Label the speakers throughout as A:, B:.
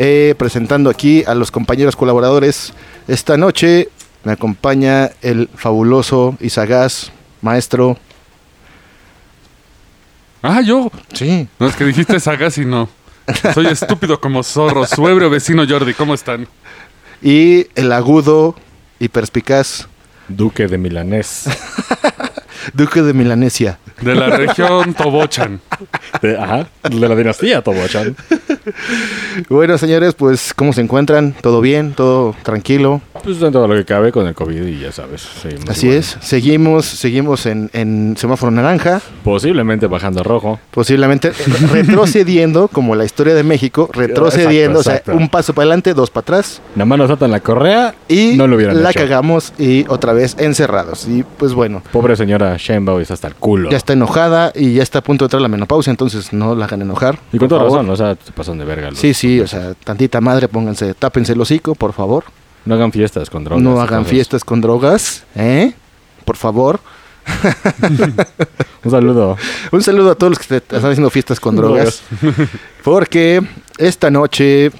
A: eh, presentando aquí a los compañeros colaboradores. Esta noche me acompaña el fabuloso y sagaz maestro.
B: Ah, yo.
A: Sí.
B: No es que dijiste sagas y no. Soy estúpido como zorro. Su ebrio vecino Jordi, ¿cómo están?
A: Y el agudo y perspicaz
C: Duque de Milanés.
A: duque de Milanesia.
B: De la región Tobochan.
C: De, ajá, de la dinastía Tobochan.
A: Bueno, señores, pues, ¿cómo se encuentran? ¿Todo bien? ¿Todo tranquilo?
C: Pues dentro de lo que cabe con el COVID y ya sabes.
A: Así
C: seguimos Pues igual.
A: es. Seguimos, seguimos en, en semáforo naranja.
C: Posiblemente bajando a rojo.
A: Posiblemente re- retrocediendo, como la historia de México, retrocediendo,
C: Exacto,
A: o sea,
C: exacto.
A: un paso para adelante, dos para atrás,
C: Nada más nos atan la correa
A: y
C: no lo hubieran
A: la
C: hecho.
A: cagamos y otra vez encerrados. Y pues bueno,
C: Pobre señora Shenbao está hasta el culo.
A: ya está enojada y ya está a punto de entrar la menopausia, entonces no la hagan enojar.
C: Y con
A: por
C: toda
A: favor.
C: razón, o sea, se pasan de verga. los-
A: Sí, sí, o sea, tantita madre, pónganse, tápense el hocico, por favor.
C: No hagan fiestas con drogas.
A: no hagan
C: entonces.
A: fiestas con drogas, ¿eh? Por favor.
C: Un saludo.
A: Un saludo a todos los que te- están haciendo fiestas con drogas. Porque esta noche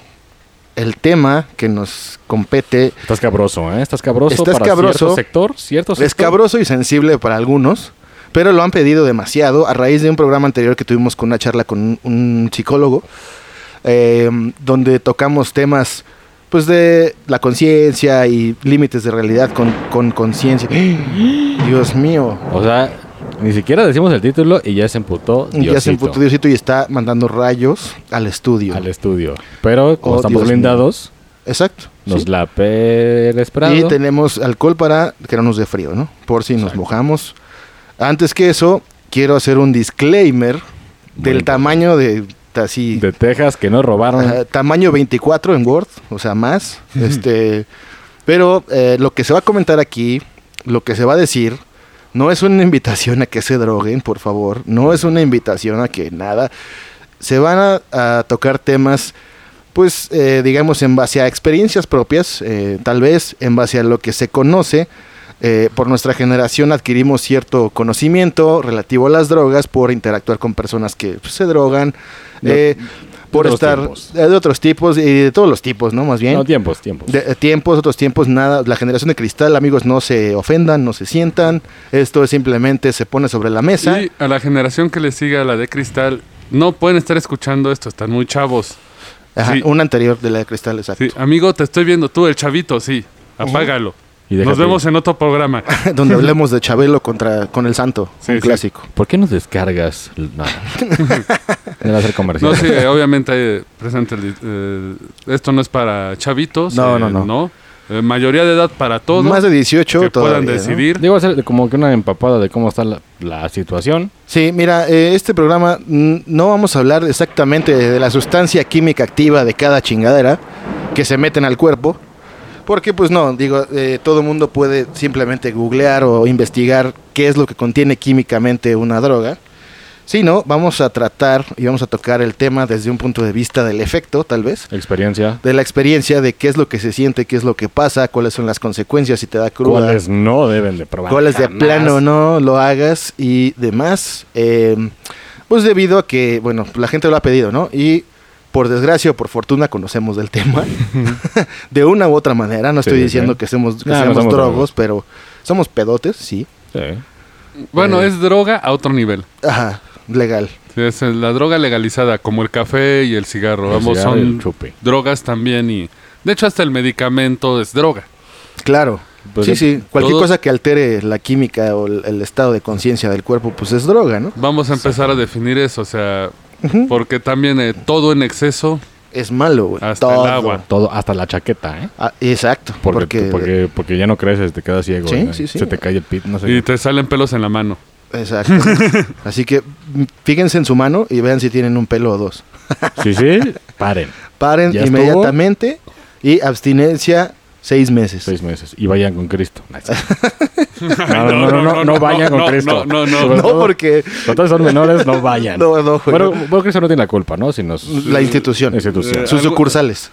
A: el tema que nos compete
C: Estás cabroso, ¿eh? Estás cabroso
A: Estás
C: para
A: cabroso.
C: cierto sector, cierto sector.
A: es cabroso y sensible para algunos, pero lo han pedido demasiado a raíz de un programa anterior que tuvimos con una charla con un, un psicólogo, eh, donde tocamos temas pues de la conciencia y límites de realidad con con conciencia. Dios mío.
C: O sea, ni siquiera decimos el título y ya se emputó Diosito
A: Ya se emputó Diosito y está mandando rayos al estudio.
C: al estudio. Pero como
A: Oh,
C: estamos
A: Dios mío.
C: blindados,
A: Exacto.
C: nos
A: Sí.
C: la Pérez Prado.
A: Y tenemos alcohol para que no nos dé frío, ¿no? Por si nos mojamos. Antes que eso, quiero hacer un disclaimer del
C: importante.
A: tamaño de así
C: de Texas que no robaron.
A: ajá, tamaño 24 en Word, o sea, más. este, pero eh, lo que se va a comentar aquí, lo que se va a decir no es una invitación a que se droguen, por favor. No es una invitación a que nada. Se van a, a tocar temas, pues, eh, digamos, en base a experiencias propias, eh, tal vez en base a lo que se conoce. Eh, por nuestra generación adquirimos cierto conocimiento relativo a las drogas por interactuar con personas que pues, se drogan,
C: De-
A: eh, por
C: otros
A: estar
C: tiempos.
A: eh, de otros tipos y de todos los tipos, ¿no? Más bien.
C: No, tiempos, tiempos.
A: De- eh, tiempos, otros tiempos, nada. La generación de cristal, amigos, no se ofendan, no se sientan. Esto simplemente se pone sobre la mesa.
B: Y a la generación que le siga a la de cristal, no pueden estar escuchando esto, están muy chavos.
A: Ajá,
B: sí.
A: Un anterior de la de cristal, exacto.
B: Sí, amigo, te estoy viendo tú, el chavito, sí. Apágalo.
C: Y déjate-
B: Nos vemos en otro programa.
A: Donde hablemos de Chabelo contra con el santo,
B: Sí,
A: un
B: sí.
A: clásico.
C: ¿Por qué nos descargas? Nada. Deben hacer
A: Pues
C: comercial.
B: No, sí, eh, obviamente eh, presente. el di- eh, esto no es para chavitos.
A: No,
B: eh,
A: no, no.
B: Eh, mayoría de edad para todos.
A: Más de 18
B: que
A: todavía,
B: puedan
A: ¿no?
B: decidir.
C: Digo, hacer como que una empapada de cómo está la, la situación.
A: Sí, mira, eh, este programa mm, no vamos a hablar exactamente de la sustancia química activa de cada chingadera que se meten al cuerpo. Porque pues no, digo, eh, todo mundo puede simplemente googlear o investigar qué es lo que contiene químicamente una droga. Sino vamos a tratar y vamos a tocar el tema desde un punto de vista del efecto, tal vez.
C: Experiencia.
A: De la experiencia de qué es lo que se siente, qué es lo que pasa, cuáles son las consecuencias si te da cruda.
C: ¿Cuáles no deben de probar?
A: Goles de
C: jamás?
A: plano no lo hagas y demás. Eh, pues debido a que, bueno, la gente lo ha pedido, ¿no? Y por desgracia o por fortuna conocemos del tema. de una u otra manera. No estoy
C: Sí, sí.
A: diciendo que, somos, que
C: No, no
A: seamos
C: somos
A: drogos,
C: drogos.
A: pero somos pedotes, sí.
C: Sí.
B: Bueno,
A: Eh.
B: es droga a otro nivel.
A: Ajá, legal.
B: Sí, es la droga legalizada, como el café y el cigarro.
C: El
B: Ambos
C: cigarro y el
B: son
C: chupe.
B: drogas también. y De hecho, hasta el medicamento es droga.
A: Claro.
C: Pues
A: sí,
C: de-
A: sí. Cualquier
B: todo-
A: cosa que altere la química o el, el estado de conciencia del cuerpo, pues es droga, ¿no?
B: Vamos a empezar a definir eso, o sea,
A: Ujú.
B: porque también eh, todo en exceso.
A: Es malo, güey.
B: Hasta el
A: Todo.
B: agua.
C: Todo, hasta la chaqueta, ¿eh?
A: Ah, exacto.
C: Porque, porque, porque, ya no creces, te quedas ciego.
A: Sí,
C: ¿eh?
A: sí, sí.
C: Se te cae el pit, no sé.
B: Y te salen pelos en la mano.
A: Exacto. Así que mm, fíjense en su mano y vean si tienen un pelo o dos.
C: Sí, sí, paren.
A: Paren
C: ¿Ya estuvo?
A: inmediatamente Y abstinencia, seis meses.
C: Seis meses. Y vayan con Cristo. No, no, no, no, no, no vayan con Cristo.
B: No, no,
A: No,
B: no.
C: todo-
A: porque.
C: Todos son menores, no vayan.
A: No, no, güey.
C: Bueno, bueno, Cristo no tiene la culpa, ¿no? Si nos...
A: la institución.
C: institución.
A: Sus sucursales.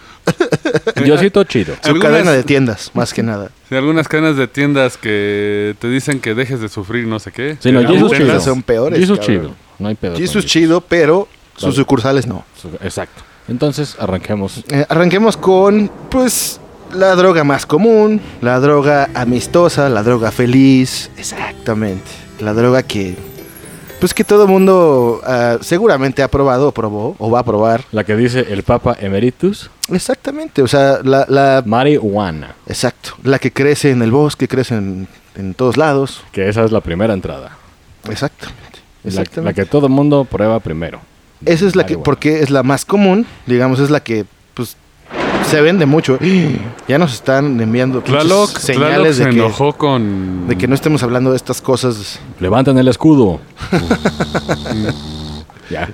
C: Diosito chido.
A: Su
B: Algunas-
A: cadena de tiendas, más que nada.
B: De algunas cadenas de tiendas que te dicen que dejes de sufrir no sé qué.
C: Sí, no,
B: Pero
C: Jesús
B: algunas-
C: chido.
A: son peores,
C: Jesús
A: cabrón.
C: chido. No hay pedo. con
A: Jesus chido, pero sus
C: Claro.
A: sucursales no.
C: Su- Exacto. Entonces, arranquemos.
A: Eh, arranquemos con, pues, la droga más común, la droga amistosa, la droga feliz, exactamente. La droga que, pues, que todo mundo ah, seguramente ha probado o probó o va a probar.
C: La que dice el Papa Emeritus,
A: Exactamente, o sea, la, la-
C: marihuana.
A: exacto, la que crece en el bosque, crece en, en todos lados.
C: Que esa es la primera entrada.
A: Exactamente,
C: La, la
A: exactamente.
C: que todo mundo prueba primero.
A: Esa es la que,
C: Marihuana.
A: porque es la más común, digamos, es la que, pues, se vende mucho. Ya nos están enviando pinches
B: Tlaloc, Tlaloc
A: señales
B: se
A: de que,
B: enojó con...
A: de que no estemos hablando de estas cosas.
C: Levanten el escudo. ya.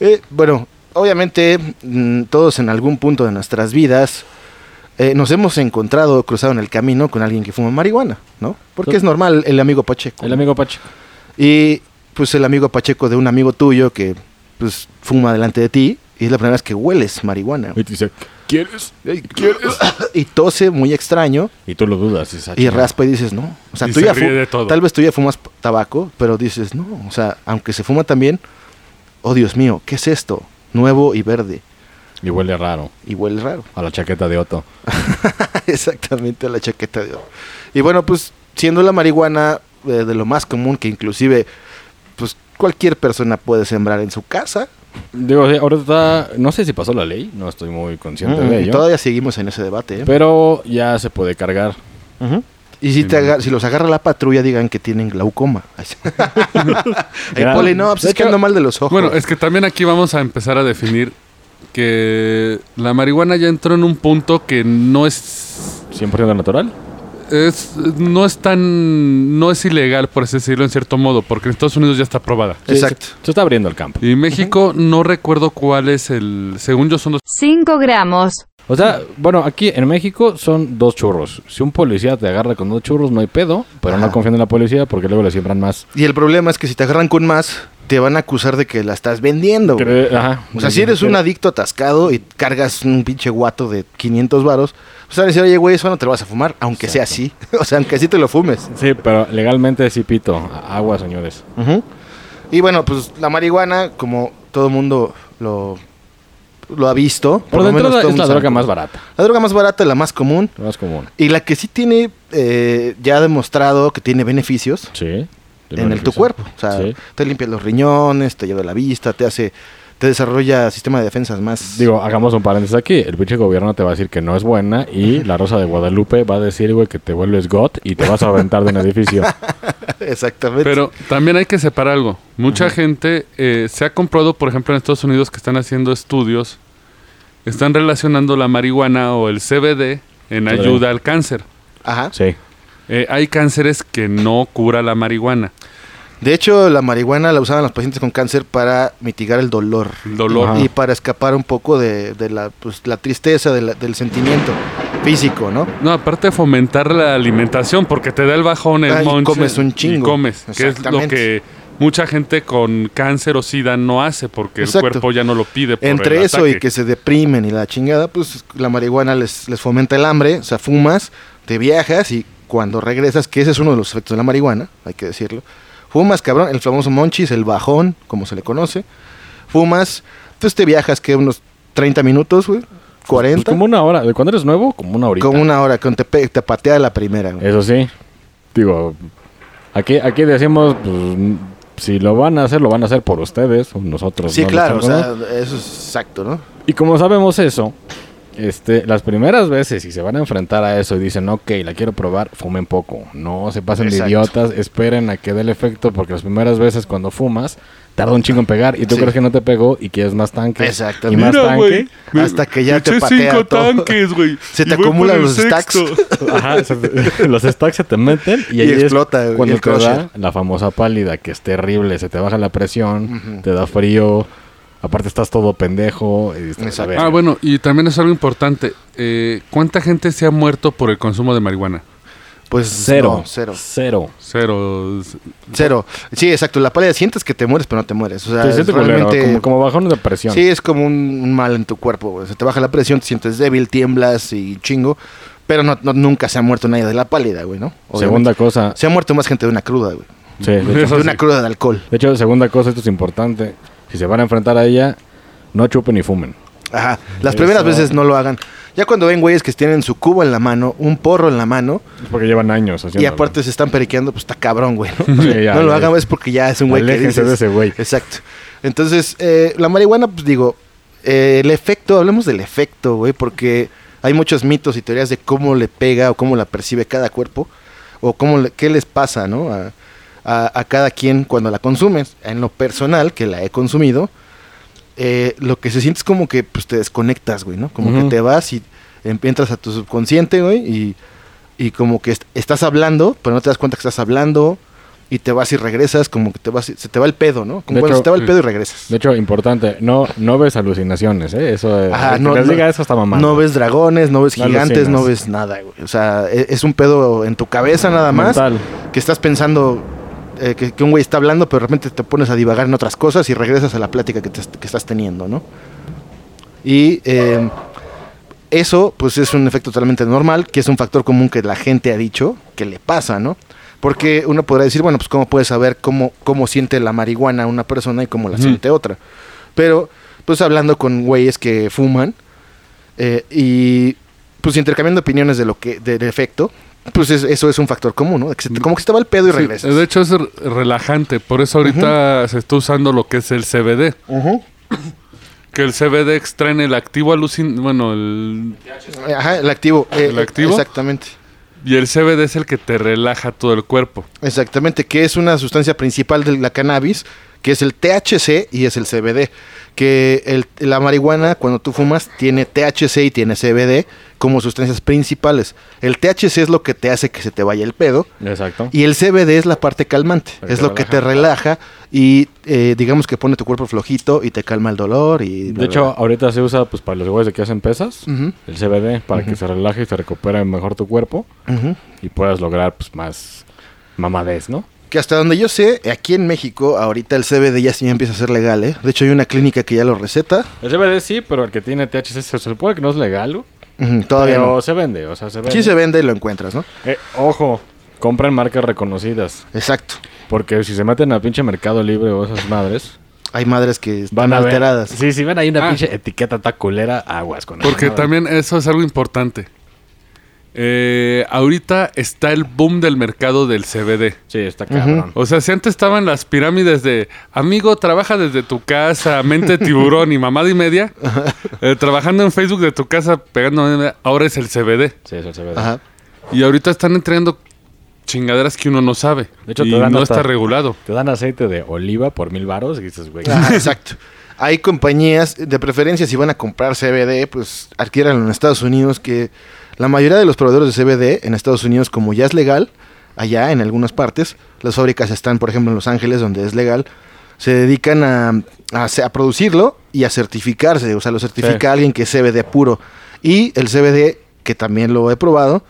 A: Eh, bueno, obviamente, mm, todos en algún punto de nuestras vidas eh, nos hemos encontrado, cruzado en el camino con alguien que fuma marihuana, ¿no? Porque es normal el amigo Pacheco.
C: El amigo Pacheco.
A: Y pues el amigo Pacheco de un amigo tuyo que pues fuma delante de ti y es la primera vez que hueles marihuana.
C: Y te dice, ¿quieres?
A: Y tose muy extraño
C: Y tú lo dudas. dices, "Ah,
A: y
C: chinga".
A: raspa y dices, no. O sea,
B: Y
A: tú
B: se
A: ya
B: ríe
A: fu-
B: de todo.
A: tal vez tú ya fumas p- tabaco, pero dices, no. O sea, aunque se fuma también, oh Dios mío, ¿qué es esto? Nuevo y verde.
C: Y huele raro.
A: Y huele raro.
C: A la chaqueta de Otto.
A: Exactamente, a la chaqueta de oro. Y bueno, pues siendo la marihuana eh, de lo más común que inclusive pues cualquier persona puede sembrar en su casa.
C: Digo, sí, ahora está. No sé si pasó la ley. No estoy muy consciente
A: Mm,
C: de
A: y
C: ello.
A: todavía seguimos en ese debate. ¿eh?
C: Pero ya se puede cargar.
A: Ujú. Y si, te aga- si los agarra la patrulla, digan que tienen glaucoma. Ay,
C: Ya.
A: Poli, no, pues
C: De
A: es que
C: hecho-
A: ando mal de los ojos.
B: Bueno, es que también aquí vamos a empezar a definir que la marihuana ya entró en un punto que no es
C: 100% natural.
B: es no es tan no es ilegal por así decirlo en cierto modo, porque en Estados Unidos ya está aprobada.
C: Sí,
A: Exacto.
C: Se, se está abriendo el campo.
B: Y México no recuerdo cuál es el según yo son dos
D: 5 gramos.
C: O sea, bueno, aquí en México son dos churros. Si un policía te agarra con dos churros, no hay pedo. Pero
A: Ajá.
C: no confían en la policía porque luego le siembran más.
A: Y el problema es que si te agarran con más, te van a acusar de que la estás vendiendo. güey.
C: Cre- Ajá.
A: O sea, si eres un adicto atascado y cargas un pinche guato de 500 varos, pues van a decir, oye, güey, eso no te lo vas a fumar, aunque sea así. o sea, aunque así te lo fumes.
C: Sí, pero legalmente sí pito. A- Agua, señores.
A: Y bueno, pues la marihuana, como todo mundo lo, lo ha visto.
C: Por
A: lo
C: de
A: menos
C: entrada
A: todo
C: es
A: mundo
C: la
A: sabe
C: droga
A: cómo-
C: más barata.
A: La droga más barata, la más común.
C: La más común.
A: Y la que sí tiene eh, ya demostrado que tiene beneficios
C: Sí.
A: en el, tu cuerpo. O sea,
C: Sí.
A: te limpia los riñones, te ayuda a la vista, te hace, te desarrolla sistema de defensas más.
C: Digo, hagamos un paréntesis aquí. El pinche gobierno te va a decir que no es buena y la Rosa de Guadalupe va a decir, güey, que te vuelves got y te vas a aventar de un edificio.
A: exactamente.
B: Pero también hay que separar algo. Mucha gente eh, se ha comprobado, por ejemplo, en Estados Unidos que están haciendo estudios, están relacionando la marihuana o el CBD en
C: Órale.
B: ayuda al cáncer.
A: Ajá.
C: Sí.
B: Eh, hay cánceres que no cura la marihuana,
A: De hecho, la marihuana la usaban los pacientes con cáncer para mitigar el dolor.
B: el dolor.
C: Ajá.
A: Y para escapar un poco de, de la, pues, la tristeza, de la- del sentimiento físico, ¿no?
B: No, aparte de fomentar la alimentación, porque te da el bajón el
A: Ah, y
B: monche.
A: comes un
B: Y
A: chingo.
B: comes, que es lo
A: Exactamente.
B: que mucha gente con cáncer o sida no hace, porque
A: Exacto.
B: el cuerpo ya no lo pide. Por
A: Entre
B: el
A: eso y
B: ataque.
A: que se deprimen y la chingada, pues la marihuana les, les fomenta el hambre, o sea, fumas, te viajas y cuando regresas, que ese es uno de los efectos de la marihuana, hay que decirlo, fumas, cabrón, el famoso monchis, el bajón, como se le conoce, fumas, entonces te viajas que unos 30 minutos, güey, 40,
C: Pues como una hora. ¿De cuándo eres nuevo? Como una horita.
A: como una hora, con te, pe- te patea la primera, güey.
C: Eso sí. Digo, aquí, aquí decimos, pues, si lo van a hacer, lo van a hacer por ustedes. Nosotros
A: Sí,
C: no lo
A: claro, o
C: estamos
A: sea,
C: dando.
A: eso es exacto, ¿no?
C: Y como sabemos eso, este, las primeras veces si se van a enfrentar a eso y dicen, ok, la quiero probar, fumen poco. No se pasen de
A: Exacto.
C: idiotas, esperen a que dé el efecto, porque las primeras veces cuando fumas, tarda un chingo en pegar y tú
A: Sí.
C: crees que no te pegó y quieres más tanque.
A: Exacto.
C: Y más
B: Mira,
C: tanque.
B: güey, me-
A: Hasta que ya
B: me
A: te
B: eché
A: patea
B: cinco
A: todo.
B: tanques, güey.
A: Se te
B: y voy
A: acumulan
B: por el
A: los stacks.
B: sexto.
C: Ajá, se te- los stacks se te meten y,
A: Y
C: ahí es
A: explota, güey,
C: Cuando
A: el
C: te
A: crusher.
C: da la famosa pálida, que es terrible, se te baja la presión,
A: Ujú.
C: te da frío. Aparte estás todo pendejo. y estás-
A: Exacto.
C: a ver,
B: Ah, bueno, y también es algo importante. eh, ¿Cuánta gente se ha muerto por el consumo de marihuana?
A: Pues
C: Cero.
A: no, cero.
C: Cero.
B: Cero.
A: Cero. Sí, exacto. La pálida sientes que te mueres, pero no te mueres. O sea,
C: Te
A: es
C: sientes culero,
A: realmente...
C: como, como bajones de presión.
A: Sí, es como un, un mal en tu cuerpo. güey. Se te baja la presión, te sientes débil, tiemblas y chingo. Pero no, no- nunca se ha muerto nadie de la pálida, güey, ¿no? Obviamente.
C: segunda cosa.
A: Se ha muerto más gente de una cruda, güey.
C: Sí, de hecho.
B: Eso
A: De una
B: sí.
A: cruda de alcohol.
C: De hecho, segunda cosa, esto es importante. Si se van a enfrentar a ella, no chupen ni fumen.
A: Ajá. Las primeras
C: Eso.
A: veces no lo hagan. Ya cuando ven güeyes que tienen su cubo en la mano, un porro en la mano,
C: Es porque llevan años haciendo.
A: y aparte se están periqueando, pues está cabrón, güey. ¿no?
C: Sí, ya,
A: no lo
C: ya.
A: hagan, es porque ya es un güey que
C: Aléjense
A: dices-
C: de ese güey.
A: Exacto. Entonces, eh, la marihuana, pues digo, eh, el efecto, hablemos del efecto, güey, porque hay muchos mitos y teorías de cómo le pega o cómo la percibe cada cuerpo o cómo le- qué les pasa, ¿no? A, a- a cada quien cuando la consumes. En lo personal, que la he consumido, eh, lo que se siente es como que pues, te desconectas, güey, ¿no? Como
C: Ujú.
A: que te vas y em- entras a tu subconsciente, güey, y, y como que est- estás hablando, pero no te das cuenta que estás hablando. Y te vas y regresas, como que te vas, y- se te va el pedo, ¿no? Como
C: De
A: cuando
C: hecho, eh,
A: se te va el
B: mm.
A: pedo y regresas.
C: De hecho, importante, no, no ves alucinaciones, ¿eh? Eso es.
A: Ajá,
C: el que
A: no-
C: les
A: no-
C: diga eso está mamá.
A: No ves dragones, no ves
C: No
A: gigantes,
C: alucinas.
A: no ves nada, güey. O sea, e- es un pedo en tu cabeza nada más. Que estás pensando eh, que, que un güey está hablando, pero de repente te pones a divagar en otras cosas y regresas a la plática que, te est- que estás teniendo, ¿no? Y eh, eso, pues es un efecto totalmente normal, que es un factor común que la gente ha dicho que le pasa, ¿no? Porque uno podrá decir, bueno, pues cómo puedes saber cómo, cómo siente la marihuana una persona y cómo la
B: Ujú.
A: siente otra. Pero, pues hablando con güeyes que fuman eh, y pues intercambiando opiniones de lo que, del efecto, pues es- eso es un factor común, ¿no? Que se te- como que se te va el pedo y
B: Sí,
A: regresas.
B: de hecho, es r- relajante. Por eso ahorita se está usando lo que es el CBD.
A: Ujú.
B: Que el CBD extrae el activo alucin... Bueno, el...
A: Ajá, el activo. eh,
B: ¿El activo?
A: Exactamente.
B: y el CBD es el que te relaja todo el cuerpo.
C: Ah,
A: Exactamente, que es una sustancia principal de la cannabis, que es el THC y es el CBD. Que el- la marihuana, cuando tú fumas, tiene THC y tiene CBD como sustancias principales. El THC es lo que te hace que se te vaya el pedo.
C: Exacto.
A: Y el CBD es la parte calmante,
C: La que
A: es
C: te
A: lo que te relaja y eh, digamos que pone tu cuerpo flojito y te calma el dolor y...
C: de hecho, ahorita se usa pues para los güeyes que hacen pesas,
A: Ujú,
C: el CBD, para que se relaje y se recupere mejor tu cuerpo
A: ujú.
C: y puedas lograr pues más mamadez, ¿no?
A: Que hasta donde yo sé, aquí en México, ahorita el CBD ya sí empieza a ser legal, ¿eh? De hecho, hay una clínica que ya lo receta.
C: El CBD sí, pero el que tiene THC se supone que no es legal, ¿no?
A: Ujú, todavía
C: pero
A: no.
C: se vende, o sea, se vende.
A: Sí se vende y lo encuentras, ¿no?
C: Eh, ojo, compren marcas reconocidas,
A: Exacto.
C: porque si se meten a pinche Mercado Libre o esas madres,
A: Hay madres que están
C: van a ver-
A: alteradas.
C: Sí, si ven ahí una
B: Ah.
C: pinche etiqueta tan culera, aguas con esa
B: Porque
C: madre.
B: también eso es algo importante. Eh, ahorita está el boom del mercado del CBD.
C: Sí, está cabrón.
B: O sea, si antes estaban las pirámides de amigo, trabaja desde tu casa, mente tiburón y mamada y media, eh, trabajando en Facebook de tu casa, pegando, ahora es el CBD.
C: Sí, es el CBD.
A: Ajá.
B: Y ahorita están entregando chingaderas que uno no sabe.
C: De hecho,
B: y
C: te dan
B: no
C: hasta-
B: está regulado.
C: Te dan aceite de oliva por mil varos y dices, güey.
A: Ajá, exacto. Hay compañías, de preferencia, si van a comprar CBD, pues adquiéranlo en Estados Unidos, que la mayoría de los proveedores de CBD en Estados Unidos, como ya es legal, allá en algunas partes, las fábricas están, por ejemplo, en Los Ángeles, donde es legal, se dedican a, a ce- a producirlo y a certificarse. O sea, lo certifica
C: Sí.
A: alguien que es CBD puro. Y el CBD, que también lo he probado,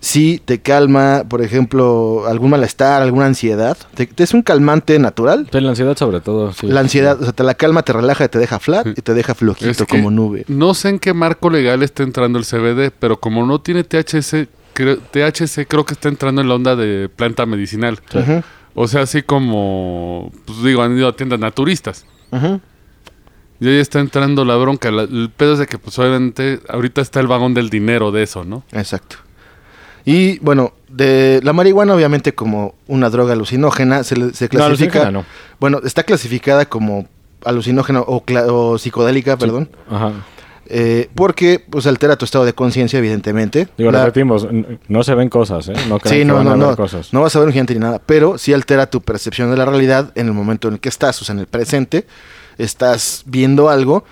A: si te calma, por ejemplo, algún malestar, alguna ansiedad. Te- te- es un calmante natural.
C: Sí, Pues la ansiedad sobre todo. sí.
A: La ansiedad, o sea, te la calma, te relaja, te deja flat y te deja flojito
B: Es que
A: como nube.
B: No sé en qué marco legal está entrando el CBD, pero como no tiene THC, creo, THC creo que está entrando en la onda de planta medicinal.
C: Sí.
A: Ujú,
B: O sea, así como, pues digo, han ido a tiendas naturistas.
A: ujú.
B: Y ahí está entrando la bronca. La- el pedo es de que, pues obviamente, ahorita está el vagón del dinero de eso, ¿no?
A: Exacto. Y bueno, de la marihuana, obviamente, como una droga alucinógena, se, le- se
C: No,
A: clasifica.
C: alucinógena no.
A: Bueno, está clasificada como alucinógena o, cla- o psicodélica, perdón.
C: Ajá.
A: eh, porque pues altera tu estado de conciencia, evidentemente.
C: Digo,
A: La-
C: repetimos, n- no se ven cosas, ¿eh? No crean
A: Sí,
C: que
A: no,
C: van
A: no,
C: a ver
A: no.
C: cosas.
A: No vas a ver un gigante ni nada, pero sí altera tu percepción de la realidad en el momento en el que estás, o sea, en el presente. Estás viendo algo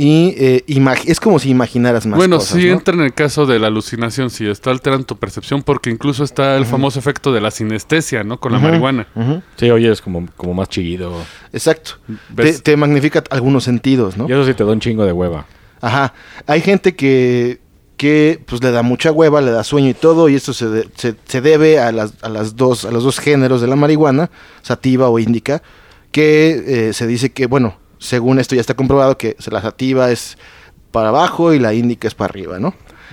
A: Y eh, imag- es como si imaginaras más
B: bueno,
A: cosas,
B: sí
A: ¿no?
B: entra en el caso de la alucinación, sí, está alterando tu percepción, porque incluso está el famoso efecto de la sinestesia, ¿no? Con la
A: Ujú.
B: marihuana.
A: Ujú,
C: Sí, oye, es como, como más chillido.
A: Exacto. Te,
B: ¿Ves?
A: te magnifica algunos sentidos, ¿no?
C: Y eso sí te da un chingo de hueva.
A: Ajá. Hay gente que, que pues le da mucha hueva, le da sueño y todo, y esto se, de- se, se debe a las, a las dos, a los dos géneros de la marihuana, sativa o índica, que eh, se dice que, bueno, según esto ya está comprobado que se- la sativa es para abajo y la índica es para arriba, ¿no?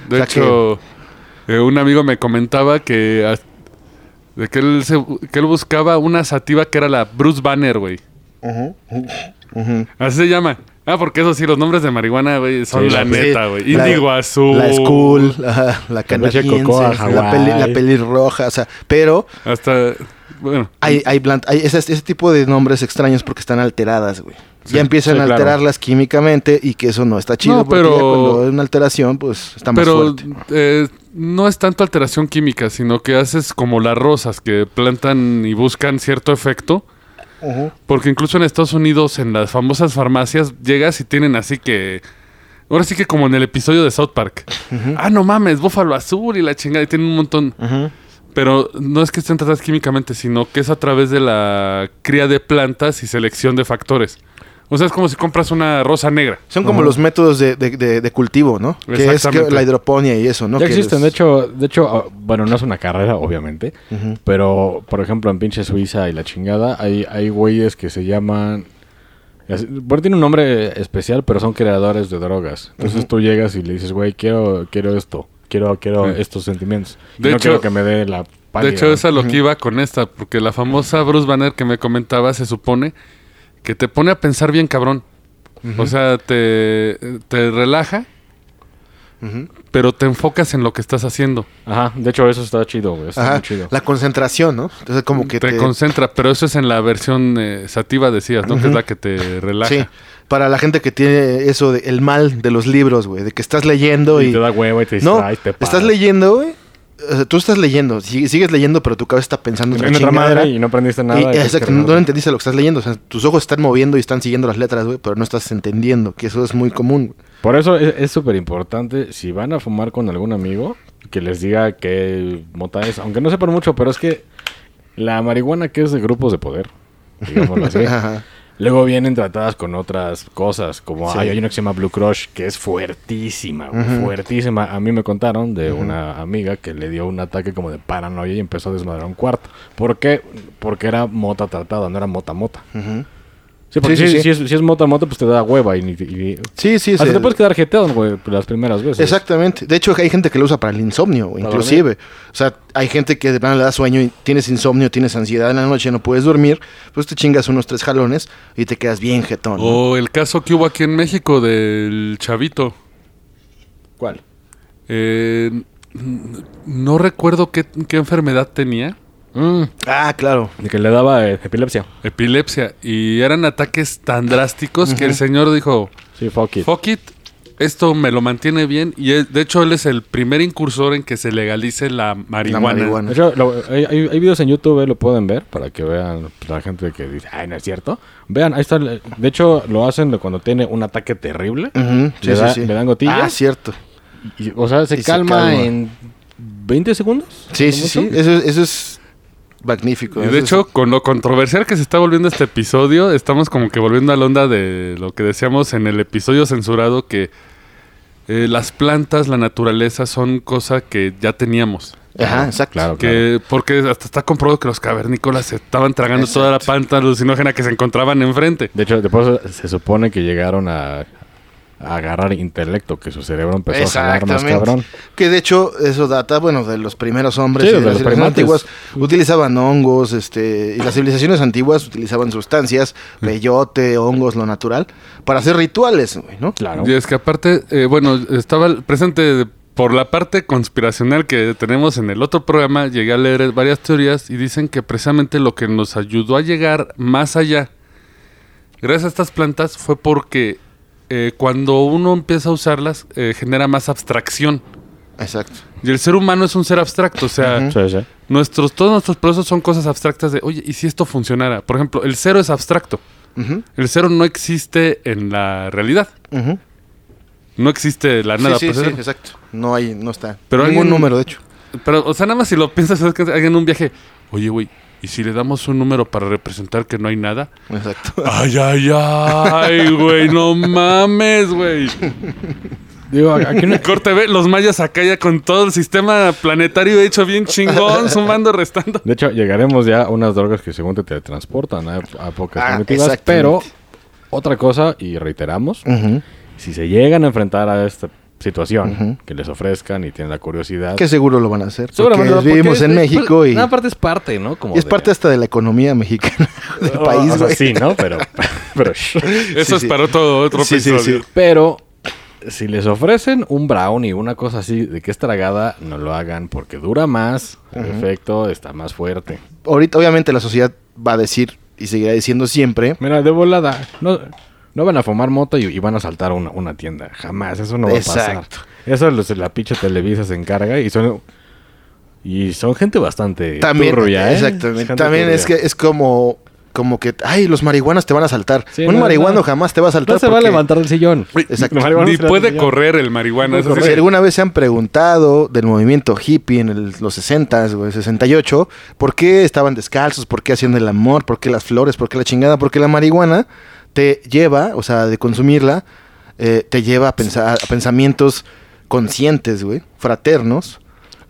B: De
A: O sea
B: hecho, eh, un amigo me comentaba que, as- de que, él se- que él buscaba una sativa que era la Bruce Banner, güey.
A: Ujú.
B: Así se llama. Ah, porque eso sí, los nombres de marihuana, güey, son
C: Sí,
B: la
C: sí.
B: neta, güey.
A: La-
B: Índigo azul.
A: La school, la, la
C: leche de
A: canadiense,
C: cocoa,
A: la,
C: Hawái.
A: peli, la pelirroja, o sea, pero
B: Hasta, bueno,
A: Hay, hay, plant- hay esas- ese tipo de nombres extraños porque están alteradas, güey.
B: Sí,
A: ya empiezan
C: sí,
A: a
C: claro.
A: alterarlas químicamente y que eso no está chido.
B: No,
A: porque
B: pero-
A: ya cuando hay una alteración, pues está más
B: pero
A: fuerte.
B: eh, no es tanto alteración química, sino que haces como las rosas que plantan y buscan cierto efecto. Porque incluso en Estados Unidos, en las famosas farmacias, llegas y tienen así que. Ahora sí que como en el episodio de South Park. Ah, no mames, búfalo azul y la chingada. Y tienen un montón.
A: Ujú.
B: Pero no es que estén tratadas químicamente, sino que es a través de la cría de plantas y selección de factores. O sea, es como si compras una rosa negra.
A: Son como los métodos de, de- de- de cultivo, ¿no? Que es que
B: Exactamente.
A: la hidroponía y eso, ¿no?
C: ya
A: Que
C: existen,
A: es-
C: de hecho, de hecho, ah, bueno, no es una carrera, obviamente, pero, por ejemplo, en pinche Suiza y la chingada, hay, hay güeyes que se llaman... así- Bueno, tiene un nombre especial, pero son creadores de drogas. Entonces tú llegas y le dices, güey, quiero, quiero esto, quiero, quiero
B: Sí.
C: estos sentimientos. Y
B: De
C: no
B: hecho-
C: quiero que me dé la pálida.
B: De hecho, es a lo que iba con esta, porque la famosa Bruce Banner que me comentaba se supone que te pone a pensar bien cabrón. O sea, te, te relaja,
A: Ujú.
B: pero te enfocas en lo que estás haciendo.
C: Ajá, de hecho eso está chido, güey. Está
A: Ajá,
C: muy chido.
A: la concentración, ¿no? Entonces como que
B: te, concentra, pero eso es en la versión eh, sativa, decías, ¿no? Que es la que te relaja.
A: Sí, para la gente que tiene eso, de- el mal de los libros, güey, de que estás leyendo y...
C: Y te da hueva y te
A: no,
C: distraes, te paras.
A: estás leyendo, güey. O sea, tú estás leyendo, si- sigues leyendo, pero tu cabeza está pensando en
C: En
A: otra
C: otra
A: chingadera.
C: madre y no aprendiste nada.
A: Y-
C: y tienes
A: exacto,
C: que
A: no
C: regresar.
A: entendiste lo que estás leyendo. O sea, tus ojos están moviendo y están siguiendo las letras, güey, pero no estás entendiendo, que eso es muy común.
C: Por eso es es súper importante, si van a fumar con algún amigo, que les diga que mota es, aunque no sepan mucho, pero es que la marihuana que es de grupos de poder, digámoslo así,
A: Ajá.
C: luego vienen tratadas con otras cosas, como
A: Sí.
C: hay, hay una que se llama Blue Crush, que es fuertísima, güey, fuertísima. A mí me contaron de una amiga que le dio un ataque como de paranoia y empezó a desmadrar un cuarto. ¿Por qué? Porque era mota tratada, no era mota mota.
A: Ujú.
C: Sí, porque
A: Sí, sí,
C: si,
A: sí.
C: si es, si es mota mota, pues te da hueva y... ni- y-
A: Sí, sí,
C: hasta
A: se-
C: te puedes quedar jeteado, güey, las primeras veces.
A: Exactamente. De hecho, hay gente que lo usa para el insomnio, güey,
C: Para
A: inclusive. O sea, hay gente que de plano le da sueño y tienes insomnio, tienes ansiedad en la noche, no puedes dormir, pues te chingas unos tres jalones y te quedas bien jetón. ¿no?
C: Oh.
B: O el caso que hubo aquí en México del chavito.
C: ¿Cuál?
B: Eh, n- no recuerdo qué, qué enfermedad tenía.
A: Ah, claro.
C: de que le daba eh, epilepsia.
B: Epilepsia. Y eran ataques tan drásticos que el señor dijo,
C: Sí, fuck it.
B: fuck it, esto me lo mantiene bien. Y él- de hecho él es el primer incursor en que se legalice la marihuana.
A: marihuana.
C: De hecho, lo- hay, hay- hay videos en YouTube, eh, lo pueden ver, para que vean pues, la gente que dice, ay, no es cierto. Vean, ahí está. el- De hecho, lo hacen de cuando tiene un ataque terrible.
A: Ujú, sí,
C: le,
A: sí,
C: da-
A: sí.
C: le dan gotillas.
A: Ah, cierto.
C: y- o sea, se,
A: Y se
C: calma
A: calma.
C: en 20 segundos.
A: Sí, sí, sí. Eso, eso es magnífico.
B: Y
A: Eso
B: de
A: es-
B: hecho, con lo controversial que se está volviendo este episodio, estamos como que volviendo a la onda de lo que decíamos en el episodio censurado, que eh, las plantas, la naturaleza, son cosa que ya teníamos.
A: Ajá, exacto.
C: Claro, claro.
B: Que, porque hasta está comprobado que los cavernícolas se estaban tragando toda la planta alucinógena que se encontraban enfrente.
C: De hecho, después se supone que llegaron a, a agarrar intelecto, que su cerebro empezó a jalar más cabrón.
A: Que de hecho, eso data, bueno, de los primeros hombres
C: Sí,
A: y de
C: de
A: las
C: los
A: civilizaciones
C: primates.
A: antiguas. Utilizaban hongos, este, y las civilizaciones antiguas utilizaban sustancias,
C: Mm.
A: peyote, hongos, lo natural, para hacer rituales, güey, ¿no?
C: Claro.
B: Y es que aparte, eh, bueno, estaba el- presente por la parte conspiracional que tenemos en el otro programa, llegué a leer varias teorías y dicen que precisamente lo que nos ayudó a llegar más allá, gracias a estas plantas, fue porque eh, cuando uno empieza a usarlas, eh, genera más abstracción.
A: Exacto.
B: Y el ser humano es un ser abstracto, o sea,
C: Sí, sí.
B: nuestros, todos nuestros procesos son cosas abstractas de, oye, ¿y si esto funcionara? Por ejemplo, el cero es abstracto.
A: Ujú,
B: El cero no existe en la realidad.
A: ujú.
B: no existe la nada.
A: sí, sí,
B: pues,
A: sí,
C: ¿eh?
B: era-
A: exacto. No hay, no está.
B: Pero
A: ningún
B: alguien-
A: número, de hecho.
B: Pero, o sea, nada más si lo piensas, es que alguien en un viaje, oye, güey, ¿y si le damos un número para representar que no hay nada?
A: Exacto.
B: Ay, ay, ay, güey, no mames, güey.
C: Digo, aquí no,
B: Corte ve los mayas acá ya con todo el sistema planetario hecho bien chingón, sumando, restando.
C: De hecho, llegaremos ya a unas drogas que según te teletransportan a, a pocas
A: Ah,
C: primitivas, pero
A: exactamente. Mm.
C: otra cosa, y reiteramos,
A: Ujú.
C: si se llegan a enfrentar a esta situación
A: Ujú.
C: que les ofrezcan y tienen la curiosidad...
A: Que seguro lo van a hacer.
C: seguramente
A: porque
C: no,
A: vivimos en
C: porque es-
A: México
C: pues,
A: y,
C: nada, aparte es parte, ¿no? Como
A: y es
C: de-
A: parte hasta de la economía mexicana del
C: o-
A: país,
C: o sea,
A: güey.
C: sí, ¿no? Pero, pero,
B: Eso es
A: sí.
B: para otro, otro
A: Sí, sí,
B: episodio.
A: sí.
C: pero si les ofrecen un brownie, una cosa así de que es tragada, no lo hagan porque dura más, el efecto está más fuerte.
A: Ahorita, obviamente, la sociedad va a decir y seguirá diciendo siempre.
C: Mira, de volada. No, no van a fumar mota y, y van a saltar una, una tienda. Jamás. Eso no va a
A: Exacto.
C: pasar. Eso los- la pinche Televisa se encarga y son... Y son gente bastante
A: También,
C: turbia, ¿eh?
A: exactamente.
C: Gente
A: También es que
C: turbia.
A: es como, como que, ay, los marihuanos te van a saltar.
C: Sí,
A: Un
C: no,
A: marihuano
C: no.
A: jamás te va a saltar.
C: No se va a
A: porque-
C: levantar del sillón.
A: Exacto.
C: El marihuana
B: Ni
C: se
B: puede
C: levanta
B: correr el marihuana. es así
A: Si
B: de-
A: alguna vez se han preguntado del movimiento hippie en el- los 60s, güey, 68, ¿por qué estaban descalzos? ¿Por qué hacían el amor? ¿Por qué las flores? ¿Por qué la chingada? ¿Por qué la marihuana te lleva, o sea, de consumirla, eh, te lleva a, pensa- a pensamientos conscientes, güey, fraternos?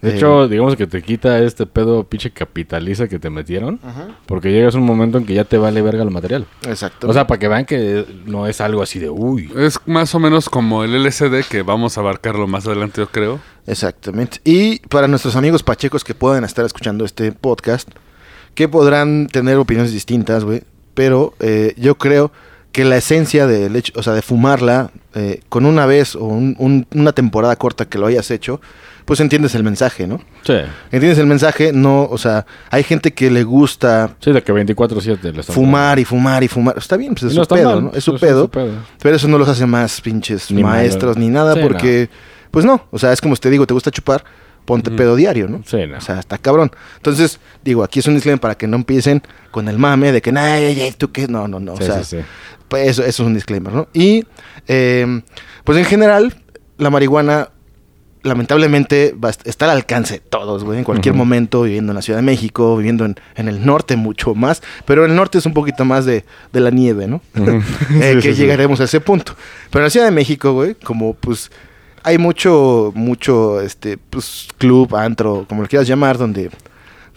C: De
A: Eh,
C: hecho, digamos que te quita este pedo pinche capitaliza que te metieron. Porque llegas a un momento en que ya te vale verga el material.
A: exacto.
C: O sea, para que vean que no es algo así de uy.
B: Es más o menos como el LSD que vamos a abarcarlo más adelante, yo creo.
A: Exactamente. Y para nuestros amigos pachecos que puedan estar escuchando este podcast, que podrán tener opiniones distintas, güey. Pero eh, yo creo que la esencia del hecho, o sea, de fumarla eh, con una vez o un- un- una temporada corta que lo hayas hecho, pues entiendes el mensaje, ¿no?
C: Sí.
A: Entiendes el mensaje, no, o sea, hay gente que le gusta
C: Sí, de que 24-7 le están-
A: fumar y fumar y fumar. Está bien, pues es
C: Y
A: su
C: no está
A: pedo,
C: mal,
A: ¿no? Es su
C: es su
A: pedo.
C: pedo.
A: Pero eso no los hace más pinches
C: Ni
A: maestros
C: malo.
A: ni nada,
C: Sí,
A: porque, pues no, o sea, es como te digo, te gusta chupar, ponte pedo diario, ¿no?
C: Sí, no.
A: O sea, está cabrón. Entonces, digo, aquí es un disclaimer para que no empiecen con el mame de que, ay, ay, ay, tú qué, no, no, no.
C: Sí,
A: o sea,
C: sí, sí.
A: pues eso, eso es un disclaimer, ¿no? Y, eh, pues en general, la marihuana, lamentablemente, va a est- está al alcance de todos, güey. En cualquier
C: Ujú.
A: momento, viviendo en la Ciudad de México, viviendo en, en el norte mucho más. Pero el norte es un poquito más de, de la nieve, ¿no? Eh,
C: Sí,
A: que
C: sí, sí.
A: llegaremos a ese punto. Pero en la Ciudad de México, güey, como pues... Hay mucho, mucho, este, pues, club, antro, como lo quieras llamar, donde,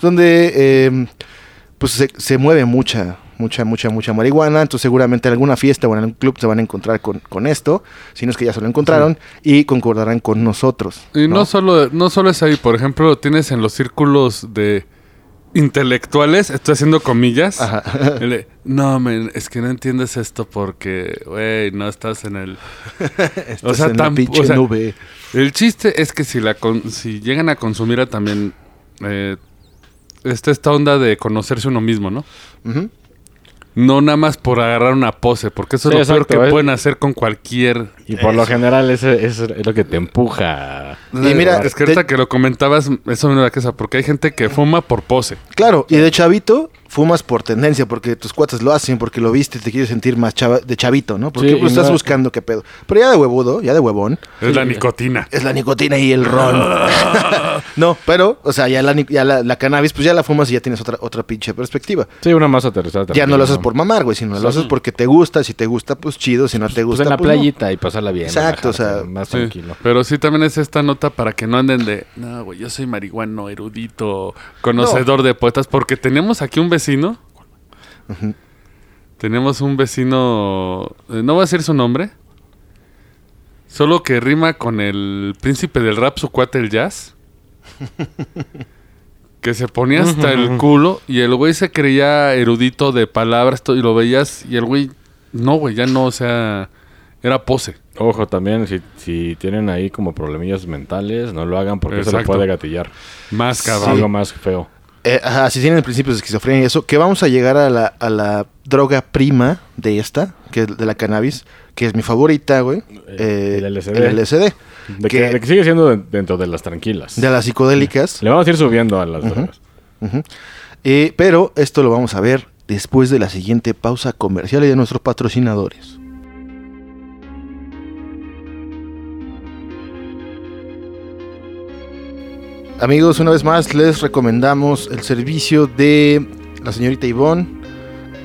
A: donde, eh, pues se, se mueve mucha, mucha, mucha, mucha marihuana. Entonces seguramente en alguna fiesta o en algún club se van a encontrar con, con esto, si no es que ya se lo encontraron, y concordarán con nosotros.
B: Y no, solo no solo es ahí, por ejemplo, lo tienes en los círculos de intelectuales, estoy haciendo comillas.
A: Ajá.
B: El de, no, men, es que no entiendes esto porque, güey, no estás en el...
A: Esto
B: o sea,
A: es en la
B: tam-
A: pinche
B: o sea,
A: nube.
B: El chiste es que si, la con- si llegan a consumir a también eh, esta, esta onda de conocerse uno mismo, ¿no?
A: Ujú.
B: No nada más por agarrar una pose, porque eso
C: Sí,
B: es lo peor
C: exacto,
B: que
C: eh.
B: pueden hacer con cualquier
C: Y por lo general ese, ese es lo que te empuja.
A: Y mira,
B: Es que
A: de-
B: ahorita que lo comentabas, eso me da que esa, porque hay gente que fuma por pose.
A: claro, y de chavito fumas por tendencia, porque tus cuates lo hacen, porque lo viste y te quieres sentir más chava- de chavito, ¿no? Porque
C: Sí,
A: pues,
C: y
A: estás
C: no-
A: buscando qué pedo. Pero ya de huevudo, ya de huevón,
B: Es la nicotina.
A: es la nicotina y el ron. no, pero, o sea, ya, la, ni- ya la, la cannabis, pues ya la fumas y ya tienes otra, otra pinche perspectiva.
C: Sí, una más aterrizada. Pues
A: Ya no
C: tranquila,
A: lo haces por mamar, güey, sino lo haces porque te gusta. Si te gusta, pues chido. Si no te
C: Pues
A: gusta,
C: en la
A: pues, no.
C: playita y pasarla bien.
A: Exacto, o sea,
C: relajarte, Más
B: Sí,
C: tranquilo.
B: Pero sí también es esta nota para que no anden de, no, güey, yo soy marihuano, erudito, conocedor de poetas, porque tenemos aquí un vecino. Tenemos un vecino, eh, no voy a decir su nombre, solo que rima con el príncipe del rap, su cuate, el jazz. Que se ponía hasta el culo y el güey se creía erudito de palabras todo, y lo veías y el güey, no, güey, ya no, o sea, era pose.
C: Ojo también, si, si tienen ahí como problemillas mentales, no lo hagan porque eso lo
B: Exacto.
C: puede gatillar.
B: Más cabrón.
C: Algo más feo.
A: Eh, ajá, si tienen principios de esquizofrenia y eso, que vamos a llegar a la, a la droga prima de esta, que es de la cannabis, que es mi favorita, güey. Eh,
C: el LSD.
A: El LSD.
C: De que,
A: que-
C: de que sigue siendo de- dentro de las tranquilas.
A: de las psicodélicas.
C: Le vamos a ir subiendo a las drogas.
A: Ujú. Eh, pero esto lo vamos a ver después de la siguiente pausa comercial y de nuestros patrocinadores. Amigos, una vez más les recomendamos el servicio de la señorita Ivonne,